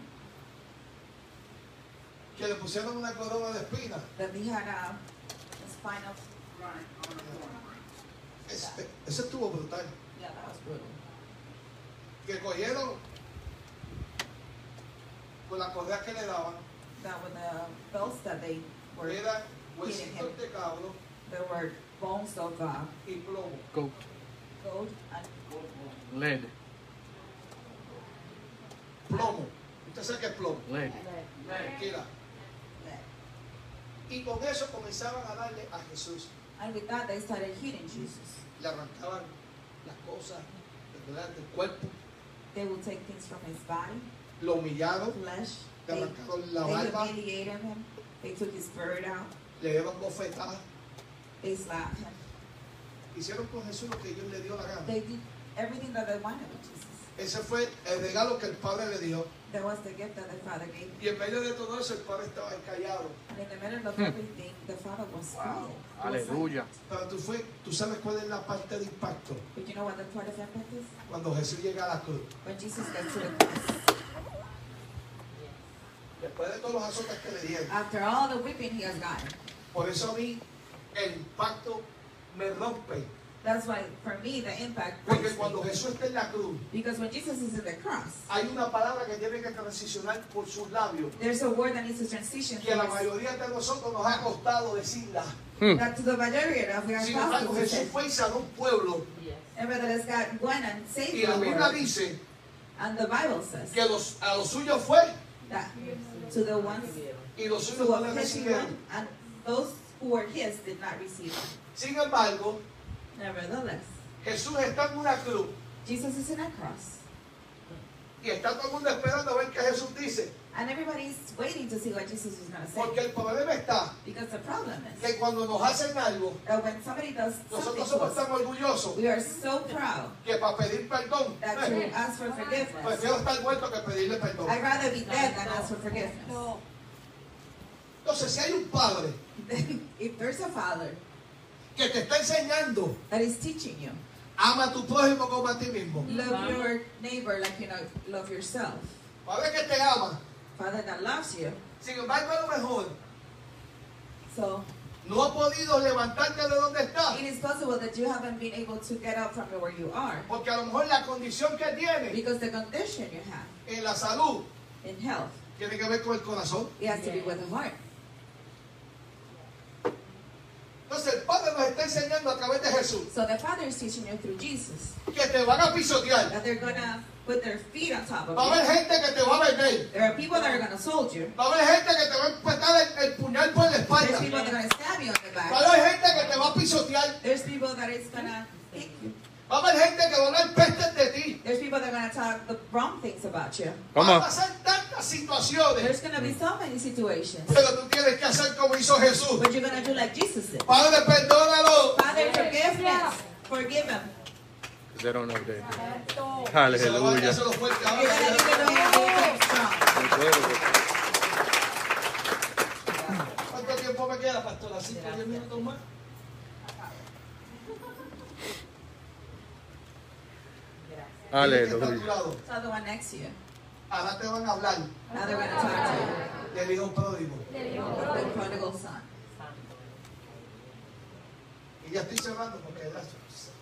que le pusieron una corona de espinas.
That he had a, a spine of
Ese, ese estuvo brutal.
yeah, that was brutal.
Que cogieron con la correa que le daban,
That were the belts that they were
eran huesitos de cabro
there were bones of uh,
y plomo.
Goat.
gold and
Lead.
Plomo. Usted sabe que es plomo.
Lead.
Tranquila.
lead.
Y con eso comenzaban a darle a Jesús.
And with that, they started hitting Jesus.
Le arrancaban las cosas ¿verdad? del cuerpo.
They will take things from his body,
Lo humillaron,
flesh.
le
They,
arrancaron la
they
barba,
humiliated him. They took his bird out.
le dieron bofetadas.
They slapped him.
Hicieron con Jesús lo que Dios le dio la gana.
They did everything that they wanted with Jesus.
Ese fue el regalo que el Padre le dio.
That was the gift that the Father gave.
Y en medio de todo eso, el Padre estaba callado.
And in the middle of everything, the Father was quiet. He was
Aleluya.
silent.
Pero tú, fue, tú sabes cuál es la parte de impacto
But you know what the part of impact is?
cuando Jesús llega a la cruz.
When Jesus gets to the cross.
Después de todos los azotes que le dieron.
After all the whipping he has gotten.
Por eso a mí el impacto me rompe.
That's why, for me, the impact
Porque
breaks
cuando
me.
Jesús está en la cruz,
Because when Jesus is in the cross,
hay una palabra que tiene que transicionar por sus labios.
there's a word that needs a transition
Que a la
from us.
mayoría de nosotros nos ha costado decirla.
that to the majority of our
Sin embargo,
apostles
Jesús
said,
fue y sanó un pueblo.
nevertheless God went and
Y
saved
la
the
Biblia
world.
dice
And the Bible says
que los, a los suyos fue
that to the ones
y los
to
suyos no le
what his he went,
recibieron.
and those who were his did not receive it.
Sin embargo,
Nevertheless,
Jesús está en una cruz
Jesus is in a cross,
y está todo el mundo esperando a ver qué Jesús dice.
and everybody's waiting to see what Jesus is going to
Porque
say.
el problema está
Because the problem is
que cuando nos hacen algo,
that when somebody does something
nosotros
to us,
somos tan orgullosos
we are so proud
que para pedir perdón,
that
eh,
to ask for forgiveness.
prefiero estar muerto que pedirle perdón.
I'd rather be dead than ask for forgiveness. *laughs*
Entonces, si hay un padre
if there's a father
que te está enseñando,
that is teaching you,
ama a tu prójimo como a ti mismo.
Love your neighbor like you know love yourself.
Padre que te ama.
Father that loves you.
Sin embargo, a lo mejor
So
no ha podido levantarte de donde está.
it is possible that you haven't been able to get up from where you are
Porque a lo mejor la condición que tiene
because the condition you have
en la salud
in health
tiene que ver con el corazón.
it has to be with the heart.
Entonces, el Padre nos está enseñando a través de Jesús
So the Father is teaching you through Jesus
que te van a pisotear.
that they're gonna put their feet on top
Va a
of
haber
you.
gente que te va a vender.
There are people that are gonna sold you.
Va a haber gente que te va a empezar el, el puñal por la
There's people
espalda.
that are gonna stab you on the
Va
back.
a haber gente que te va a pisotear.
There's people that is gonna pick you.
Va a haber gente que va a hablar pestes de ti.
There's people that are gonna talk the wrong things about you.
Come
Van a
on.
pasar tantas situaciones.
There's gonna be so many situations.
Pero tú tienes que hacer como hizo Jesús.
But you're gonna do like Jesus did.
Padre, perdónalo.
Father, forgiveness. Forgive him.
They don't know they do.
Se lo van a
Aleluya.
hacer los fuertes.
You're gonna give it all to strong.
¿Cuánto tiempo me queda, pastora? ¿Cinco, diez minutos más? Tienes que estar a tu
Aleluya.
lado.
So the one next to you.
Ahora te van a hablar
Now they're gonna talk to
del hijo pródigo.
you. The prodigal son.
Y ya estoy cerrando porque ya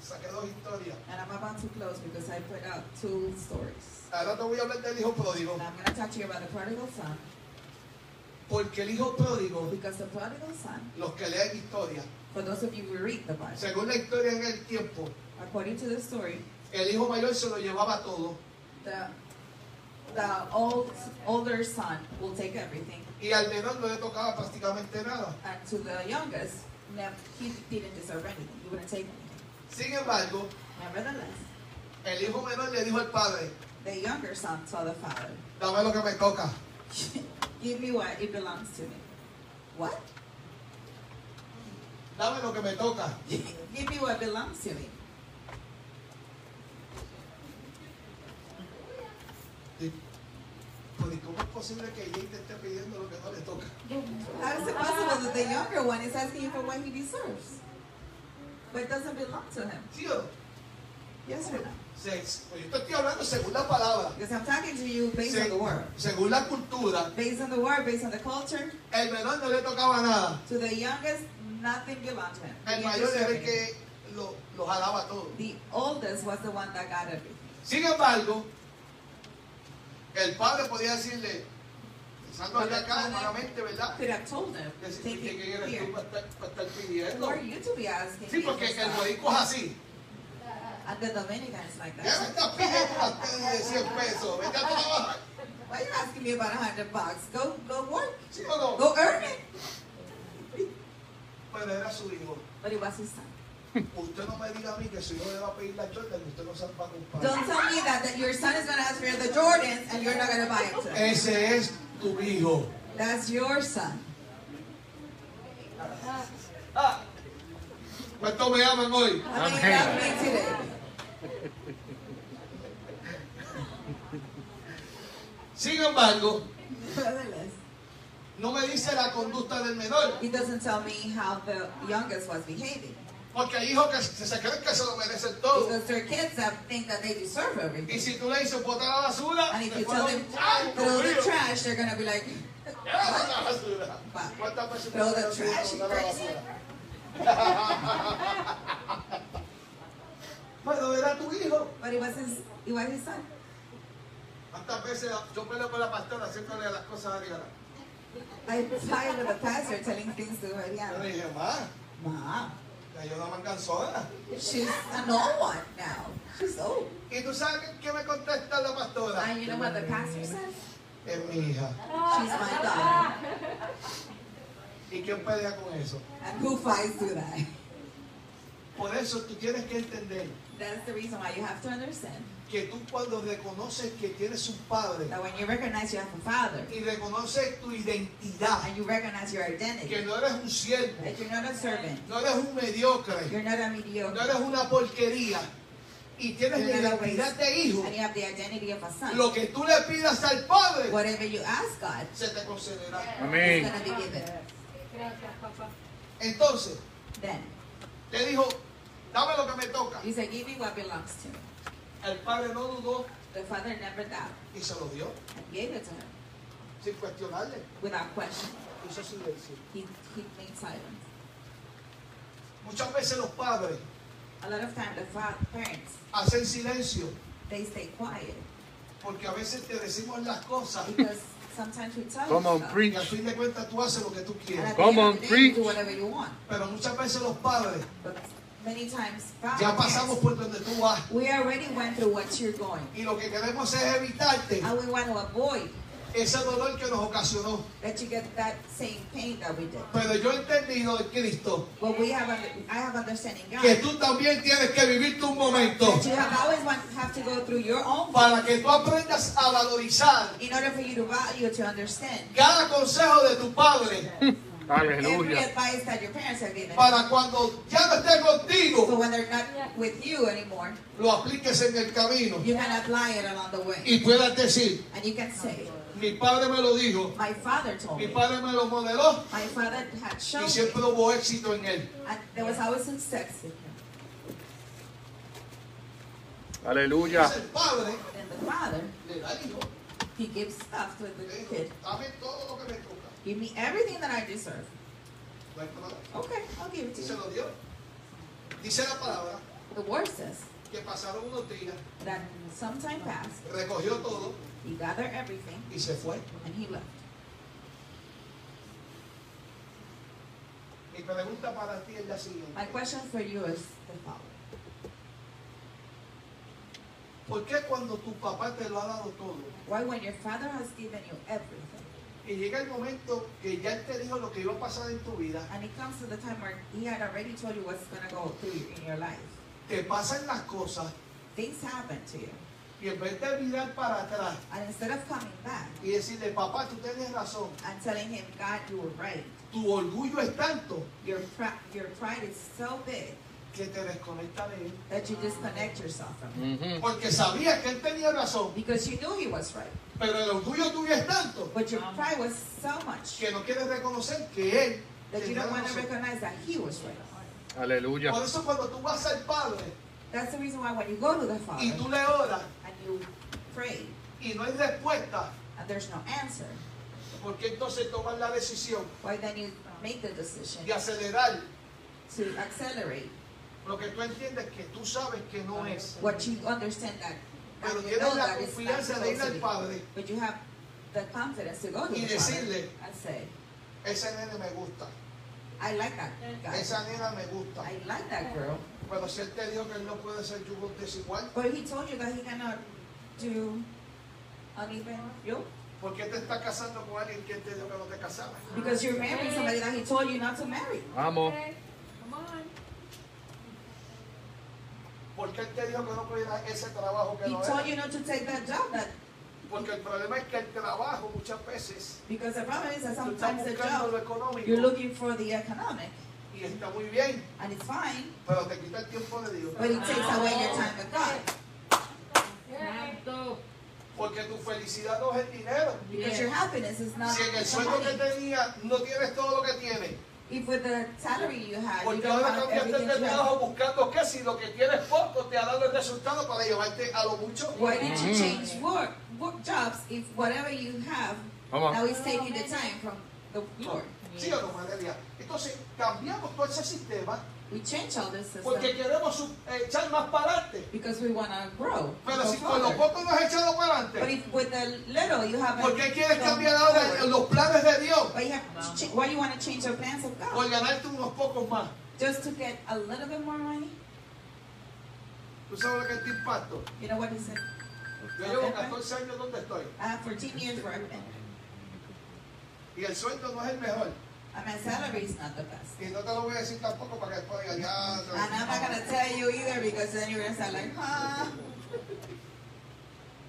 saqué dos historias.
And I'm about to close because I put out two stories.
Ahora te voy a hablar del hijo pródigo.
And I'm gonna talk to you about the prodigal son
Porque el hijo pródigo,
because the prodigal son,
los que leen historia,
for those of you who read the Bible,
según la historia en el tiempo,
according to the story,
el hijo mayor se lo llevaba todo.
the the old older son will take everything,
Y al menor no le tocaba prácticamente nada.
and to the youngest, nev- he didn't deserve anything. He wouldn't take anything.
Sin embargo,
Nevertheless,
el hijo menor le dijo al padre,
The younger son told the father,
dame lo que me toca.
Give me what it belongs to me. What?
Dame lo que me toca.
Give me what belongs to me.
Y- Pero ¿y cómo es posible que ella te esté pidiendo lo que no le toca?
How is it possible that the younger one is asking for what he deserves? But doesn't belong to him.
¿Sí o no?
Yes or no?
Se- pues yo te estoy hablando según la palabra,
Because I'm talking to you based on the word.
según la cultura.
Based on the word, based on the culture,
El menor no le tocaba nada.
to the youngest, nothing belonged to him.
El
He
mayor era el
deserved it.
que lo, lo jalaba todo.
The oldest was the one that got everything.
Sin embargo, el padre podía decirle, pensando
Pero
allá
el
acá
padre-
humanamente, ¿verdad?
Could have told him,
Decirle
take
que
it
quién eres tú
here.
para estar, para estar
Who
pues, pidiendo.
are you to be asking?
Sí,
me for
porque el
stuff?
modico es así.
And the Dominicans like
Ya me
that.
estás pidiendo ustedes de 100 pesos. Vete a trabajar.
Why you asking me about a hundred bucks? Go, go work,
¿Sí o no?
go earn it.
Pero era su hijo.
But it was his son.
Usted no me diga a mí que su hijo le va a pedir la chorta que usted no sabe para
Don't
comprar.
tell me that, that your son is gonna ask for the Jordans and you're not gonna buy it to him.
Ese es tu hijo.
That's your son.
Ah, ¿Cuántos me aman hoy?
How many love me today?
Sin embargo,
Nevertheless,
no me dice la conducta del menor,
*laughs* He doesn't tell me how the youngest was behaving.
porque hay hijos que se se creen que se lo merecen todo.
Because their kids that think that they deserve
Y
everything.
si tú le dices botar la basura,
And if you
después
tell
lo-
them
¡Ay,
throw
Dios
the
mío!
trash, they're gonna be like,
¡Esa es la basura!
Pa-
¿Cuántas veces
throw the
te digo,
trash,
botar la
crazy.
basura? *laughs* Bueno, era tu hijo.
but it was his, it was his son.
¿Cuántas veces yo peleo con la pastora haciéndole las cosas a Diana?
I tired of the pastor telling things to
Yo
Mariana.
le dije, ma,
Mom,
ya yo la manganzona.
she's an old one now. She's old.
¿Y tú sabes qué me contesta la pastora?
And you know what the pastor says?
Es mi hija.
She's my daughter.
¿Y quién pelea con eso?
And who fights with that?
Por eso tú tienes que entender
That's the reason why you have to understand
que tú cuando reconoces que tienes un padre
that when you recognize you have a father
y reconoces tu identidad,
and you recognize your
que
identity,
no eres un siervo,
that you're not a servant,
no eres un mediocre,
you're not a
no eres
mediocre,
una porquería y tienes la
You're not a
identidad
waste.
de hijo,
and you have the identity of a son,
lo que tú le pidas al padre
whatever you ask God,
se te concederá.
it's
Amén.
gonna be given.
Entonces,
Then
le dijo, dame lo que me toca.
you say, give me what belongs to me.
El padre no dudó
The father never doubted
y se lo dio,
and gave it to him
sin cuestionarle.
without question.
Hizo silencio.
He he made silence.
Muchas veces los padres
A lot of time the fa- parents
hacen silencio
they stay quiet
porque a veces te decimos las cosas
because sometimes we tell
Come on,
you stuff,
y al
preach.
fin de cuentas tú haces lo que tú
and
quieres.
at the end
Come
of
on,
the day,
preach.
you do whatever you want.
Pero muchas veces los padres
But many times fa-
ya pasamos
parents,
por donde tú vas
we already went through what you're going.
y lo que queremos es evitarte
And we want to avoid
ese dolor que nos ocasionó.
that you get that same pain that we did.
Pero yo he entendido en Cristo
But we have, under- I have understanding God.
que tú también tienes que vivir tu momento
That you have always want, have to go through your own
para que tú aprendas a valorizar
in order for you to value to understand
cada consejo de tu padre
every
Aleluya.
advice that your parents have given.
para cuando ya no esté
So
contigo
when they're not with you anymore,
lo apliques en el camino
you can apply it along the way,
y puedas decir
and you can say,
mi padre me lo dijo
"My father told
Mi
me.
padre me lo modeló
My father had shown
y siempre
me."
hubo éxito en él.
And there was always success in him.
Aleluya.
Entonces el padre
And the father,
le da al hijo,
he gives stuff to the
le dijo,
kid.
dame todo lo que me toca.
Give me everything that I deserve.
No hay problema.
Okay, I'll give it
Y
to
se
you.
lo dio. Dice la palabra
The word says
que pasaron unos días,
that some time passed,
recogió todo
he gathered everything,
y se fue.
and he left.
Mi pregunta para ti es la
My
siguiente.
question for you is the following.
¿Por qué cuando tu papá te lo ha dado todo
Why when your father has given you everything,
y llega el momento que ya él te dijo lo que iba a pasar en tu vida,
and it comes to the time where he had already told you what's gonna go through you in your life,
te pasan las cosas
things happen to you.
y en vez de mirar para atrás
And instead of coming back
y decirle, papá, tú tenías razón,
and telling him, God, you were right,
tu orgullo es tanto
your, pri- your pride is so big
que te desconecta de él.
that you disconnect yourself from him.
Ujú.
Porque sabía que él tenía razón,
Because you knew he was right,
pero el orgullo tuyo es tanto
but your pride was so much
que no quieres reconocer que él
that you
tenía
don't want to
razón.
recognize that he was right.
Aleluya.
Por eso cuando tú vas al Padre
That's the reason why when you go to the Father
y tú le oras
and you pray
y no hay respuesta,
and there's no answer,
porque entonces tomas la decisión
why then you make the decision
de acelerar
to accelerate
lo que tú entiendes que tú sabes que no es.
what you understand that, that
Pero
you
tienes
know
la
that it's not
confianza de
supposed
ir
to
al
be.
Padre.
But you have the confidence to go to
Y
the Father
decirle,
and say,
Ese nene me gusta,
I like that guy.
esa nena me gusta.
I like that girl.
Pero si él te dijo que él no puede ser yugo desigual,
But he told you that he cannot do uneven yoke
¿por qué te estás casando con alguien que él te dijo que no te casabas?
because you're marrying somebody that he told you not to marry.
Vamos.
Come on.
Porque él te dijo que no pudiera ese trabajo que
He
no
told
era.
you not to take that job that
Porque el problema es que el trabajo muchas veces
because the problem is that
tú estás
sometimes the
buscando
job
lo económico
you're looking for the economic
y y está muy bien,
and it's fine,
pero te quita el tiempo de Dios.
but it takes
Ah.
away your time with God
Santo.
Porque tu felicidad no es el dinero.
because your happiness is not.
Si en el sueldo que tenías no tienes todo lo que tienes,
If with the salary you had, you
porque
don't
ahora
have
cambiaste
everything
de
you have.
trabajo buscando qué, si lo que tienes poco te ha dado el resultado para llevarte a lo mucho.
Why did you
Mhm.
change work, work jobs if whatever you have
Vamos.
now is taking the time from the Lord?
¿Sí o no, Valeria? Entonces cambiamos todo ese sistema
We change all this system
porque queremos su- eh, echar más para adelante.
because we want to grow.
Pero
go
si con lo
forward.
poco no has echado para
But
adelante,
if with the little you haven't.
¿por qué quieres
gone
cambiar ahora
forward?
los planes de Dios
Why you have? To, cha- why you want to change your plans of
por
God
ganarte unos pocos más?
just to get a little bit more money?
¿Tú sabes lo que es tu impacto?
You know what is it?
Yo llevo 14 años donde estoy
I have 14 years where I've been,
y el sueldo no es el mejor.
and my salary is not the best.
Y no te lo voy a decir tampoco para que después digas, ya, no.
And I'm not gonna tell you either because then you're gonna sound like, huh?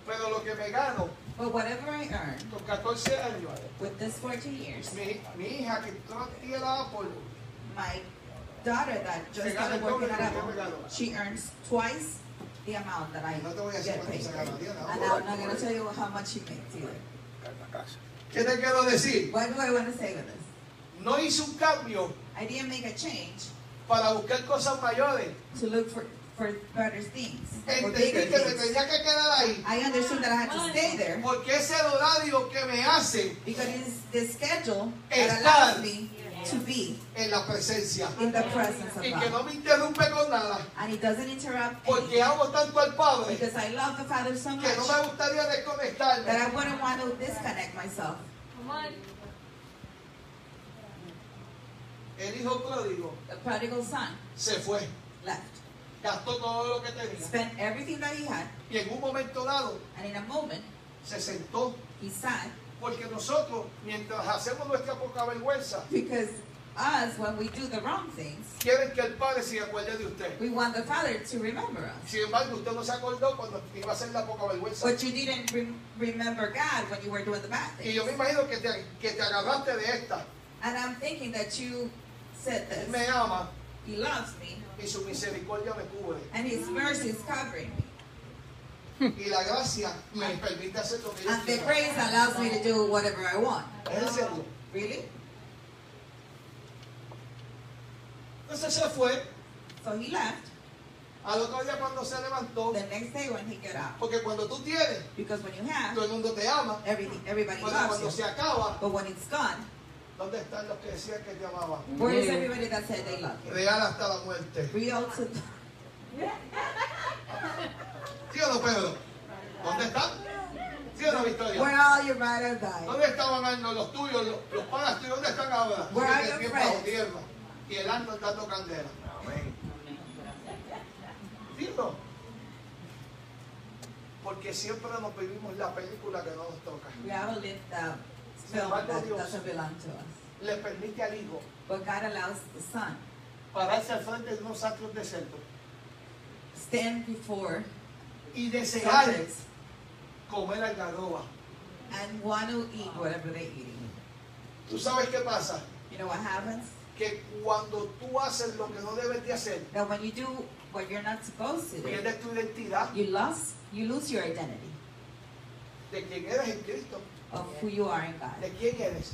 Pero lo que me gano
But whatever I earn
con 14 años,
with this 14 years,
mi, mi hija que no tiene la Apple,
my daughter that
Se
just
gana el
started working
doble
at
de lo que
Apple,
ella ganó.
she earns twice the amount that I
No te voy a decir
get
cuánto
paid.
se gana, Diana.
And I'm not gonna tell you how much she makes either.
¿qué te quiero decir?
What do I wanna say with this?
No hice un cambio
I didn't make a change
para buscar cosas mayores.
to look for, for better things, for
Entendí
bigger
que me
things.
tenía que quedar ahí
I understood that I had to stay there
porque ese horario que me hace
because it's the schedule
Estar.
that allows me to be
en la presencia
in the presence of
y que
God.
no me interrumpe con nada
And it doesn't interrupt
porque
anything
amo tanto al Padre
because I love the Father so
que no
much.
me gustaría desconectarme.
that I wouldn't want to disconnect myself.
Come on.
El hijo pródigo
The prodigal son
se fue,
left,
gastó todo lo que tenía
spent everything that he had,
y en un momento dado
and in a moment,
se sentó
he sat.
porque nosotros mientras hacemos nuestra poca vergüenza
Because us, when we do the wrong things,
quieren que el Padre se acuerde de usted.
we want the Father to remember us.
Sin embargo, usted no se acordó cuando iba a hacer la poca vergüenza.
But you didn't re- remember God when you were doing the bad
Y
things.
yo me imagino que te, que te agarraste de esta.
And I'm thinking that you said
Él
this.
me ama
He loves me,
y su misericordia me cubre.
and His mercy is covering me.
Y la gracia me permite hacer lo que yo
And the
quiera.
grace allows me to do whatever I want.
Es en serio.
Really?
Entonces se fue.
So he left
Al otro día cuando se levantó,
the next day when he got up.
porque cuando tú tienes,
Because when you have,
todo el mundo te ama.
everything, everybody
Pero cuando
loves
se
you.
acaba,
But when it's gone,
¿dónde están los que decían que te amaban?
where is everybody that said they love you?
Real hasta la muerte.
Real to
¿Sí o no, Pedro? ¿Dónde están? ¿Sí o no, Victoria?
where all your matter died.
¿Dónde estaban Arno, los tuyos, los, los panas tuyos? ¿Dónde están ahora?
Where are
En el
your
tiempo bajo
friends?
tierra. Y el Arno está dando candela. ¿Sí o no? Porque siempre nos vivimos la película que no nos toca.
We have a lived uh, film that doesn't belong to us.
Le permite al hijo
But God allows the son
pararse al frente de unos actos de centro
stand before
y desear
subjects
comer algarroba.
and want to eat whatever they're eating.
¿Tú sabes qué pasa?
You know what happens?
Que cuando tú haces lo que no debes de hacer,
That when you do what you're not supposed to do,
pierdes tu identidad
you lost you lose your identity
de quién eres en Cristo,
of who you are in God,
de quién eres.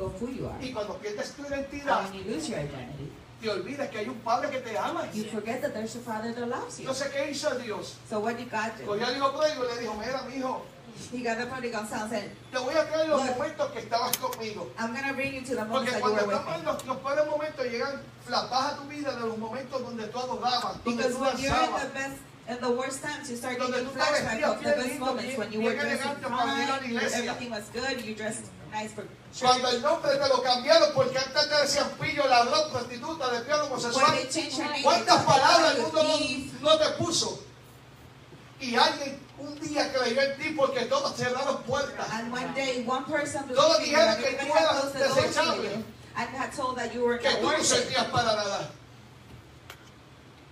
of who you are.
Y cuando pierdes tu identidad,
And when you lose your identity,
te olvidas que hay un padre que te ama.
you forget that there's a father that loves you.
Entonces, ¿qué hizo Dios?
So what did God do?
Cogió al hijo pródigo y le dijo, mira, mi hijo,
He got up prodigal son and said,
te voy a traer los
Look.
momentos que estabas conmigo.
I'm gonna bring you to the moment
Porque
that you were
cuando
with
estamos en
me.
los, los peores momentos, llegan las bajas a tu vida de los momentos donde tú adorabas, donde
Because
tú
when you're in
danzabas,
the best in the worst times you start
Donde
getting
tú te vestías
flashbacks of the
bien
best
lindo,
moments
bien-
when you were
bien
dressing
elegante para ir a la
fine,
iglesia.
everything was good, you dressed nice for church.
Cuando el nombre te lo cambiaron porque antes te decían pillo, ladrón, prostituta, lesbiana,
When
homosexual.
they changed your name, they
¿Cuántas palabras el
called
mundo
you thief.
no, no te puso? Y alguien un día creyó en ti porque todos cerraron puertas.
And one day, one person believed
Todos
in you,
dijeron
and
que tú
everybody had
eras
closed the doors to
desechable.
you, and had told that you were
Que
not
tú no
worthy.
sentías para nada.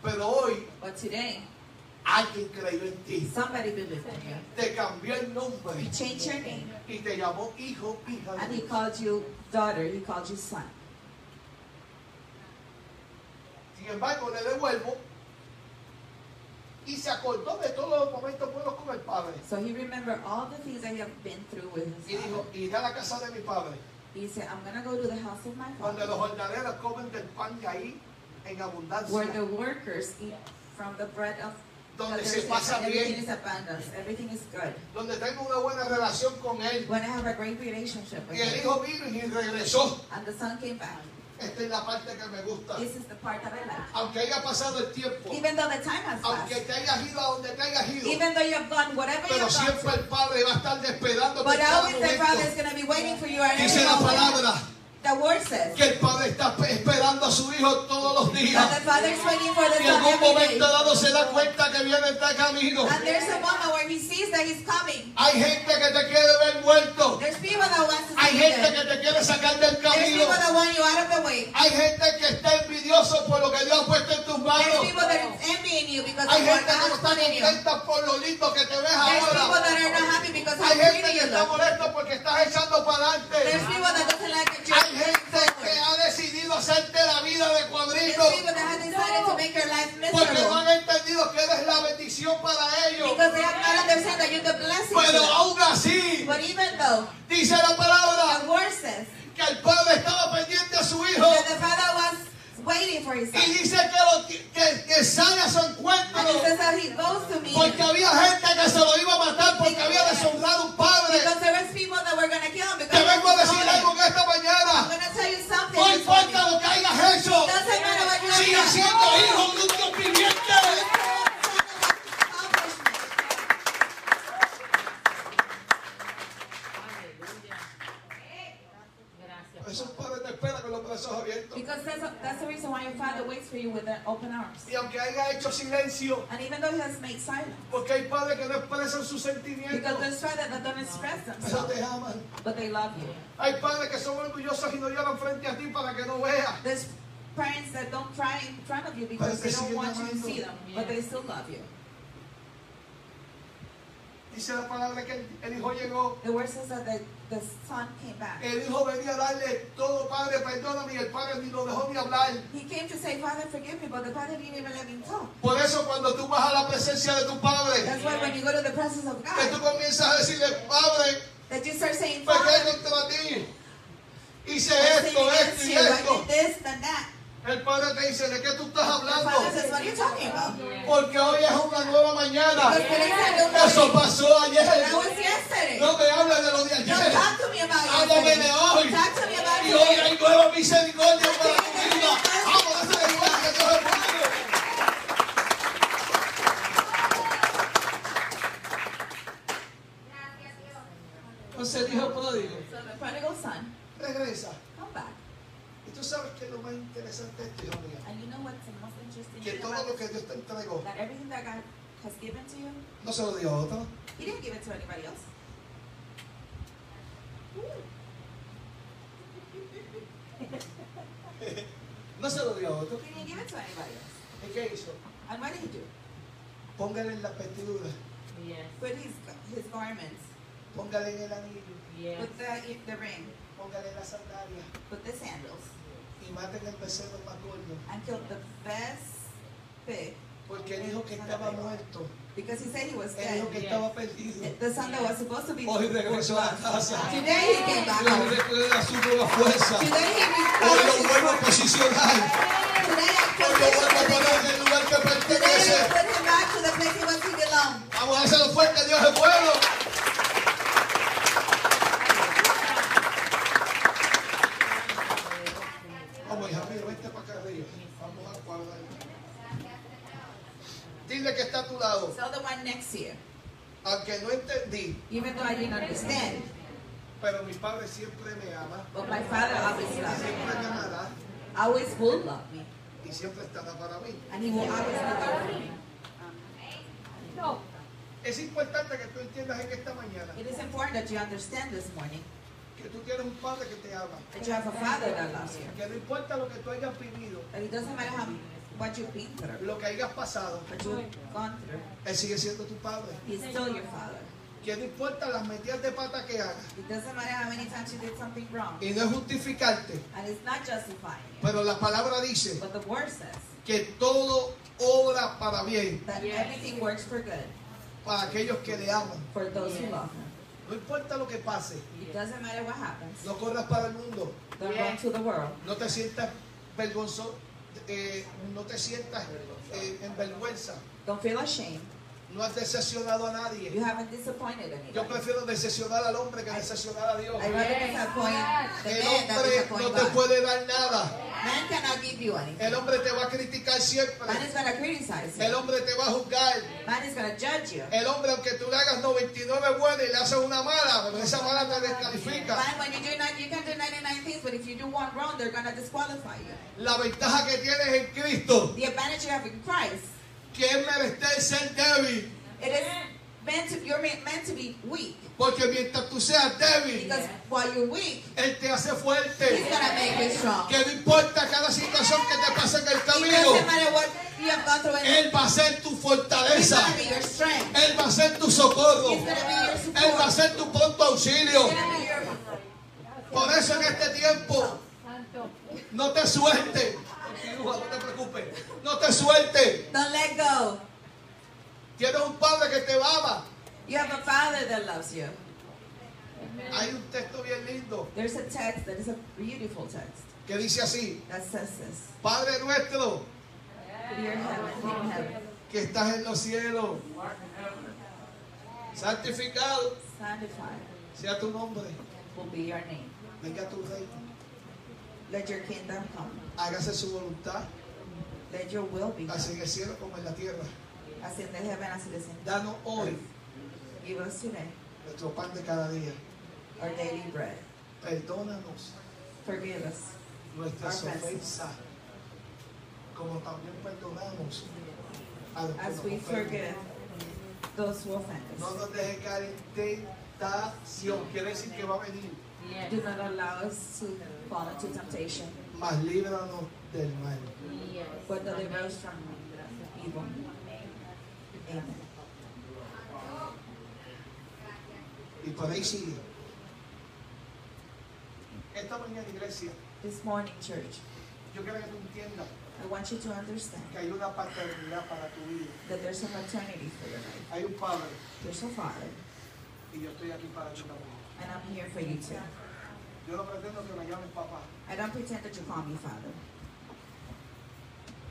Pero hoy
But today,
alguien creyó en ti.
somebody believed in you.
Te cambió el nombre
He changed your name,
y te llamó
Ah,
hijo, hija de
and he
Dios.
called you daughter. He called you son.
Sin embargo, le devuelvo. Y se acordó de todos los momentos buenos con el padre.
So he remembered all the things that he have been through with his
Y dijo,
father.
iré a la casa de mi padre,
He said, I'm gonna go to the house of my
donde los
father,
jornaleros comen del pan de ahí en
where the
abundancia,
workers eat from the bread of
donde
others,
se
and
pasa
everything
bien,
is abundance, everything is good.
donde tengo una buena relación con él.
When I have a great relationship with
Y el
him,
hijo vino y regresó.
and the son came back.
Esta es la parte que me gusta.
This is the part that I like.
Aunque haya pasado el tiempo,
Even though the time has
aunque
passed,
te hayas ido a donde te hayas ido,
even though you have done whatever you
pero
have
siempre
done,
el padre va a estar esperando
but
cada
always the father is
momento.
gonna be waiting for you at every
Dice la
moment.
palabra
The word says
que el padre está esperando a su hijo todos los días.
that the father is waiting for the
Y en
son
algún
every
momento
day.
dado se da cuenta que viene este camino.
And there's a moment where he sees that he's coming.
Hay gente que te quiere ver muerto.
There's people that want to
Hay
see
gente
you.
que te quiere sacar del
There's
camino.
people that want you out of the way.
Hay gente que está envidioso por lo que Dios ha puesto en
There's
tus manos.
people that are envying you because
Hay
of what
gente que no
God's
está
put in you. There's
contenta por lo lindo que te ves
people
ahora.
that are not happy because how
Hay gente
pretty
que
you
está
look.
molesta porque estás echando para
There's
adelante.
people that doesn't like that you're
Hay gente que
forward.
ha decidido hacerte la vida de
There's
cuadrito
people that have decided to make your life
porque no han
miserable
entendido que eres la bendición para ellos.
because they have not understood that you're the blessing. to
Pero
them.
aún así,
But even though
dice la palabra
the word says
que el padre estaba pendiente a su hijo
that the father was waiting for his son,
y dice que, lo, que, que sale a su
and it
encuentro
says that he goes to me
porque había gente que se lo iba a matar porque había deshonrado a un padre.
Because there was people that were gonna kill him
Te
because
vengo a decir algo en esta
I'm
mañana.
gonna tell you something.
No
this morning.
importa lo que hayas hecho,
Doesn't matter what you
sigue
have
siendo
done.
hijo de un Dios viviente.
Accomplishment.
Esos padres te esperan con los brazos abiertos.
Because that's, that's the reason why your father waits for you with an open arms.
Y aunque haya hecho silencio,
And even though he has made silence,
porque hay padres que no expresan sus
because
sentimientos,
there's fathers that don't express
pero
themselves,
te aman.
but they love you.
Hay padres que son orgullosos y no lloran frente a ti para que no veas.
There's parents that don't cry in front of you
Pero
because
te
they don't
siguen
want you to
amando.
see them, but they still love you.
Dice la palabra que el, el hijo llegó.
The word says that the, the son came back.
El hijo venía a darle todo, padre, perdóname, y el padre ni lo dejó ni hablar.
He came to say, Father, forgive me, but the father didn't even let him talk.
Por eso cuando tú vas a la presencia de tu padre,
That's why when you go to the presence of
que tú
God,
comienzas a decirle, padre,
that you start saying,
pequé
Father,
contra ti. Hice
I sinned
esto, esto
against
y
you, I
esto.
did this and that.
El padre te dice, ¿de qué tú estás
The father
hablando?
says, what are you talking about?
Porque hoy es una nueva mañana.
Because today's a new
Eso
morning.
pasó
That
ayer.
was yesterday.
No me hables de lo de
Don't
ayer.
talk to me about
Háblame
yesterday.
de hoy.
Talk to me about
Y hoy
today.
hay nueva misericordia para tu vida. Vamos a hacer igual que Dios es bueno. Entonces el hijo pródigo
So the prodigal son,
regresa.
come back.
Y tú sabes que lo más interesante de este hombre,
And you know what's the most interesting
que
thing
todo
about
lo que
this?
Dios te entregó,
That everything that God has given to you,
no se lo dio a otro.
He didn't give it to anybody else.
No se lo dio a otro.
He didn't give it to anybody else.
¿Y qué hizo?
And what did he do?
Póngale en la vestidura,
Put his, his garments,
póngale en el anillo,
put the, the ring,
póngale en la sandalia
put the sandals,
y maten el becerro más gordo.
and killed the best pig
Porque él dijo que estaba muerto,
because he said he was
él
dead.
dijo que estaba perdido.
The son that was supposed to be
Hoy regresó a la casa.
Today he came back
Le
home.
recuerda su nueva fuerza.
Today he
Hoy
recovered
lo
his
vuelvo a
fortune.
posicionar.
Today I
Hoy
put him
lo vuelvo a
back.
poner en el lugar que
Today
pertenece.
I put him back to the place he was he belonged.
Vamos a hacerlo fuerte, Dios es bueno. Vamos, hija mía, vente para acá arriba. Vamos a guardar. Dile que está a tu lado.
Tell the one next to you.
Aunque no entendí,
Even though I didn't understand,
pero mi padre siempre me ama,
but my father always loved me.
siempre me amará
Always will love me.
y siempre estará para mí.
And he will always look out for me.
Es importante que tú entiendas en esta mañana
It is important that you understand this morning
que tú tienes un padre que te ama.
that you have a father that loves you.
Que no importa lo que tú hayas vivido,
That it doesn't matter how, what you've been through,
lo que hayas pasado,
what you've gone through,
él sigue siendo tu padre.
he's still your father.
Que no importa las metidas de pata que hagas.
It doesn't matter how many times you did something wrong.
Y no es justificarte,
And it's not justifying you.
pero la palabra dice
But the word says
que todo obra para bien
that
Yes.
everything works for good
para aquellos que le aman.
for those who
Yes.
love Him.
No importa lo que pase,
It doesn't matter what happens.
no corras para el mundo,
Don't
Yes.
go to the world.
no te sientas vergonzoso, eh, no te sientas eh, en vergüenza,
Don't feel ashamed.
no has decepcionado a
You
nadie.
haven't disappointed
Yo
anybody.
prefiero decepcionar al hombre que decepcionar a Dios.
I rather
Yes.
disappoint the
El
man than
hombre no
disappoint
te
God.
puede dar nada.
Man cannot give you anything.
El hombre te va a criticar siempre.
Man is gonna criticize
El
you.
hombre te va a juzgar.
Man is gonna judge you.
El hombre, aunque tú le hagas 99 buenas y le haces una mala, pero esa mala te descalifica.
Man, when you do nine, you can do 99 things, but if you do one wrong, they're gonna disqualify you.
La ventaja que tienes en Cristo,
The advantage you have in Christ,
que es merecer ser débil.
it is meant to, you're meant meant to be weak.
Porque mientras tú seas débil,
Because while you're weak,
Él te hace
He's
fuerte.
gonna make you strong.
Que no importa cada situación que te pase en el
It doesn't
camino,
matter what you have gone through in
Él va a ser tu
He's
fortaleza.
gonna be your strength.
Él va a ser tu socorro.
He's gonna be your
Él va a
support.
ser tu pronto auxilio.
He's gonna be your
Por eso en este tiempo, no te sueltes. Continúa, No te preocupes. No te sueltes.
Don't let go.
Tienes un padre que te ama.
You have a father that loves you.
Hay un texto bien lindo
There's a text that is a beautiful text
que dice así:
that says this.
Padre nuestro
Dear heaven, dear heaven,
que estás en los cielos, santificado
sanctified
sea tu nombre.
will be your name.
Venga tu reino.
Let your kingdom come.
Hágase su voluntad,
Let your will be done,
así en el cielo como en la tierra.
as in the heaven as it is in
Danos hoy
earth. Give us today
nuestro pan de cada día.
our daily bread.
Perdónanos
Forgive us
nuestras ofensas, como también perdonamos a los que
as
nos
we
ofenden.
forgive those who offend
No
us.
nos dejes caer en tentación, quiere decir que va a venir.
Do not allow us to fall into temptation,
Mas líbranos del mal.
but deliver us from evil. Amen.
Y por ahí sigue. Esta mañana, iglesia,
This morning, church,
yo quiero que tú entiendas
I want you to understand
que hay una paternidad para tu vida.
that there's a maternity for your life.
Hay un padre
There's a father,
y yo estoy aquí para ti también.
and I'm here for you too.
Yo no pretendo que me llames papá,
I don't pretend that you call me father,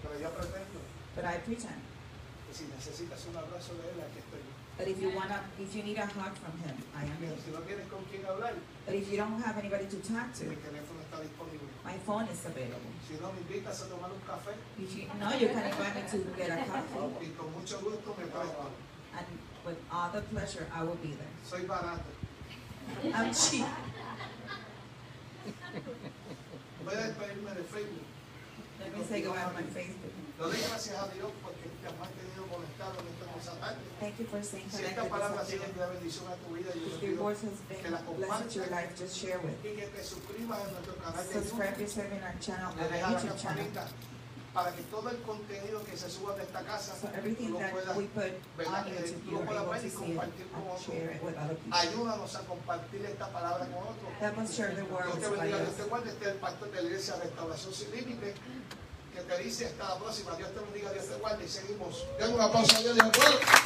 pero yo pretendo
but I pretend
que si necesitas un abrazo de él, aquí estoy. yo.
that if you wanna, if you need a hug from him, I am
Mira,
here.
si no tienes con quién hablar,
But if you don't have anybody to talk to,
mi teléfono está disponible.
my phone is available.
Si no me invitas a tomar un café,
If you know you can invite me to get a coffee,
y con mucho gusto me presto.
and with all the pleasure, I will be there.
Soy barato.
I'm cheap.
Voy a despedirme de Facebook.
Let me say goodbye on my Facebook.
Lo doy gracias a Dios porque te has mantenido conectado en esta cosa tarde.
Thank you for staying
Si
connected
esta palabra ha
this
sido
afternoon.
de bendición a tu vida, yo
If
te
your
pido
voice has
que la
been blessed to your
compartas
life, just share with.
y que te suscribas a nuestro canal de YouTube.
Subscribe to Seminar Channel
Le
and
dejas
our
la
YouTube channel.
campanita para que todo el contenido que se suba de esta casa
So
tú
everything
lo
that
puedas.
we put on
¿verdad?
YouTube,
Tú
you're
lo puedas
able
ver y
to see it
compartir con
and
otros.
share it with other people.
Ayúdanos a compartir esta palabra con otros.
Help us share the word
Dios
with
te
somebody
bendiga, Dios
else.
te guarde. Este es el pastor de la iglesia Restauración Sin Límites que te dice hasta la próxima. Dios te bendiga, Dios te guarde y seguimos. Den un aplauso a Dios de acuerdo.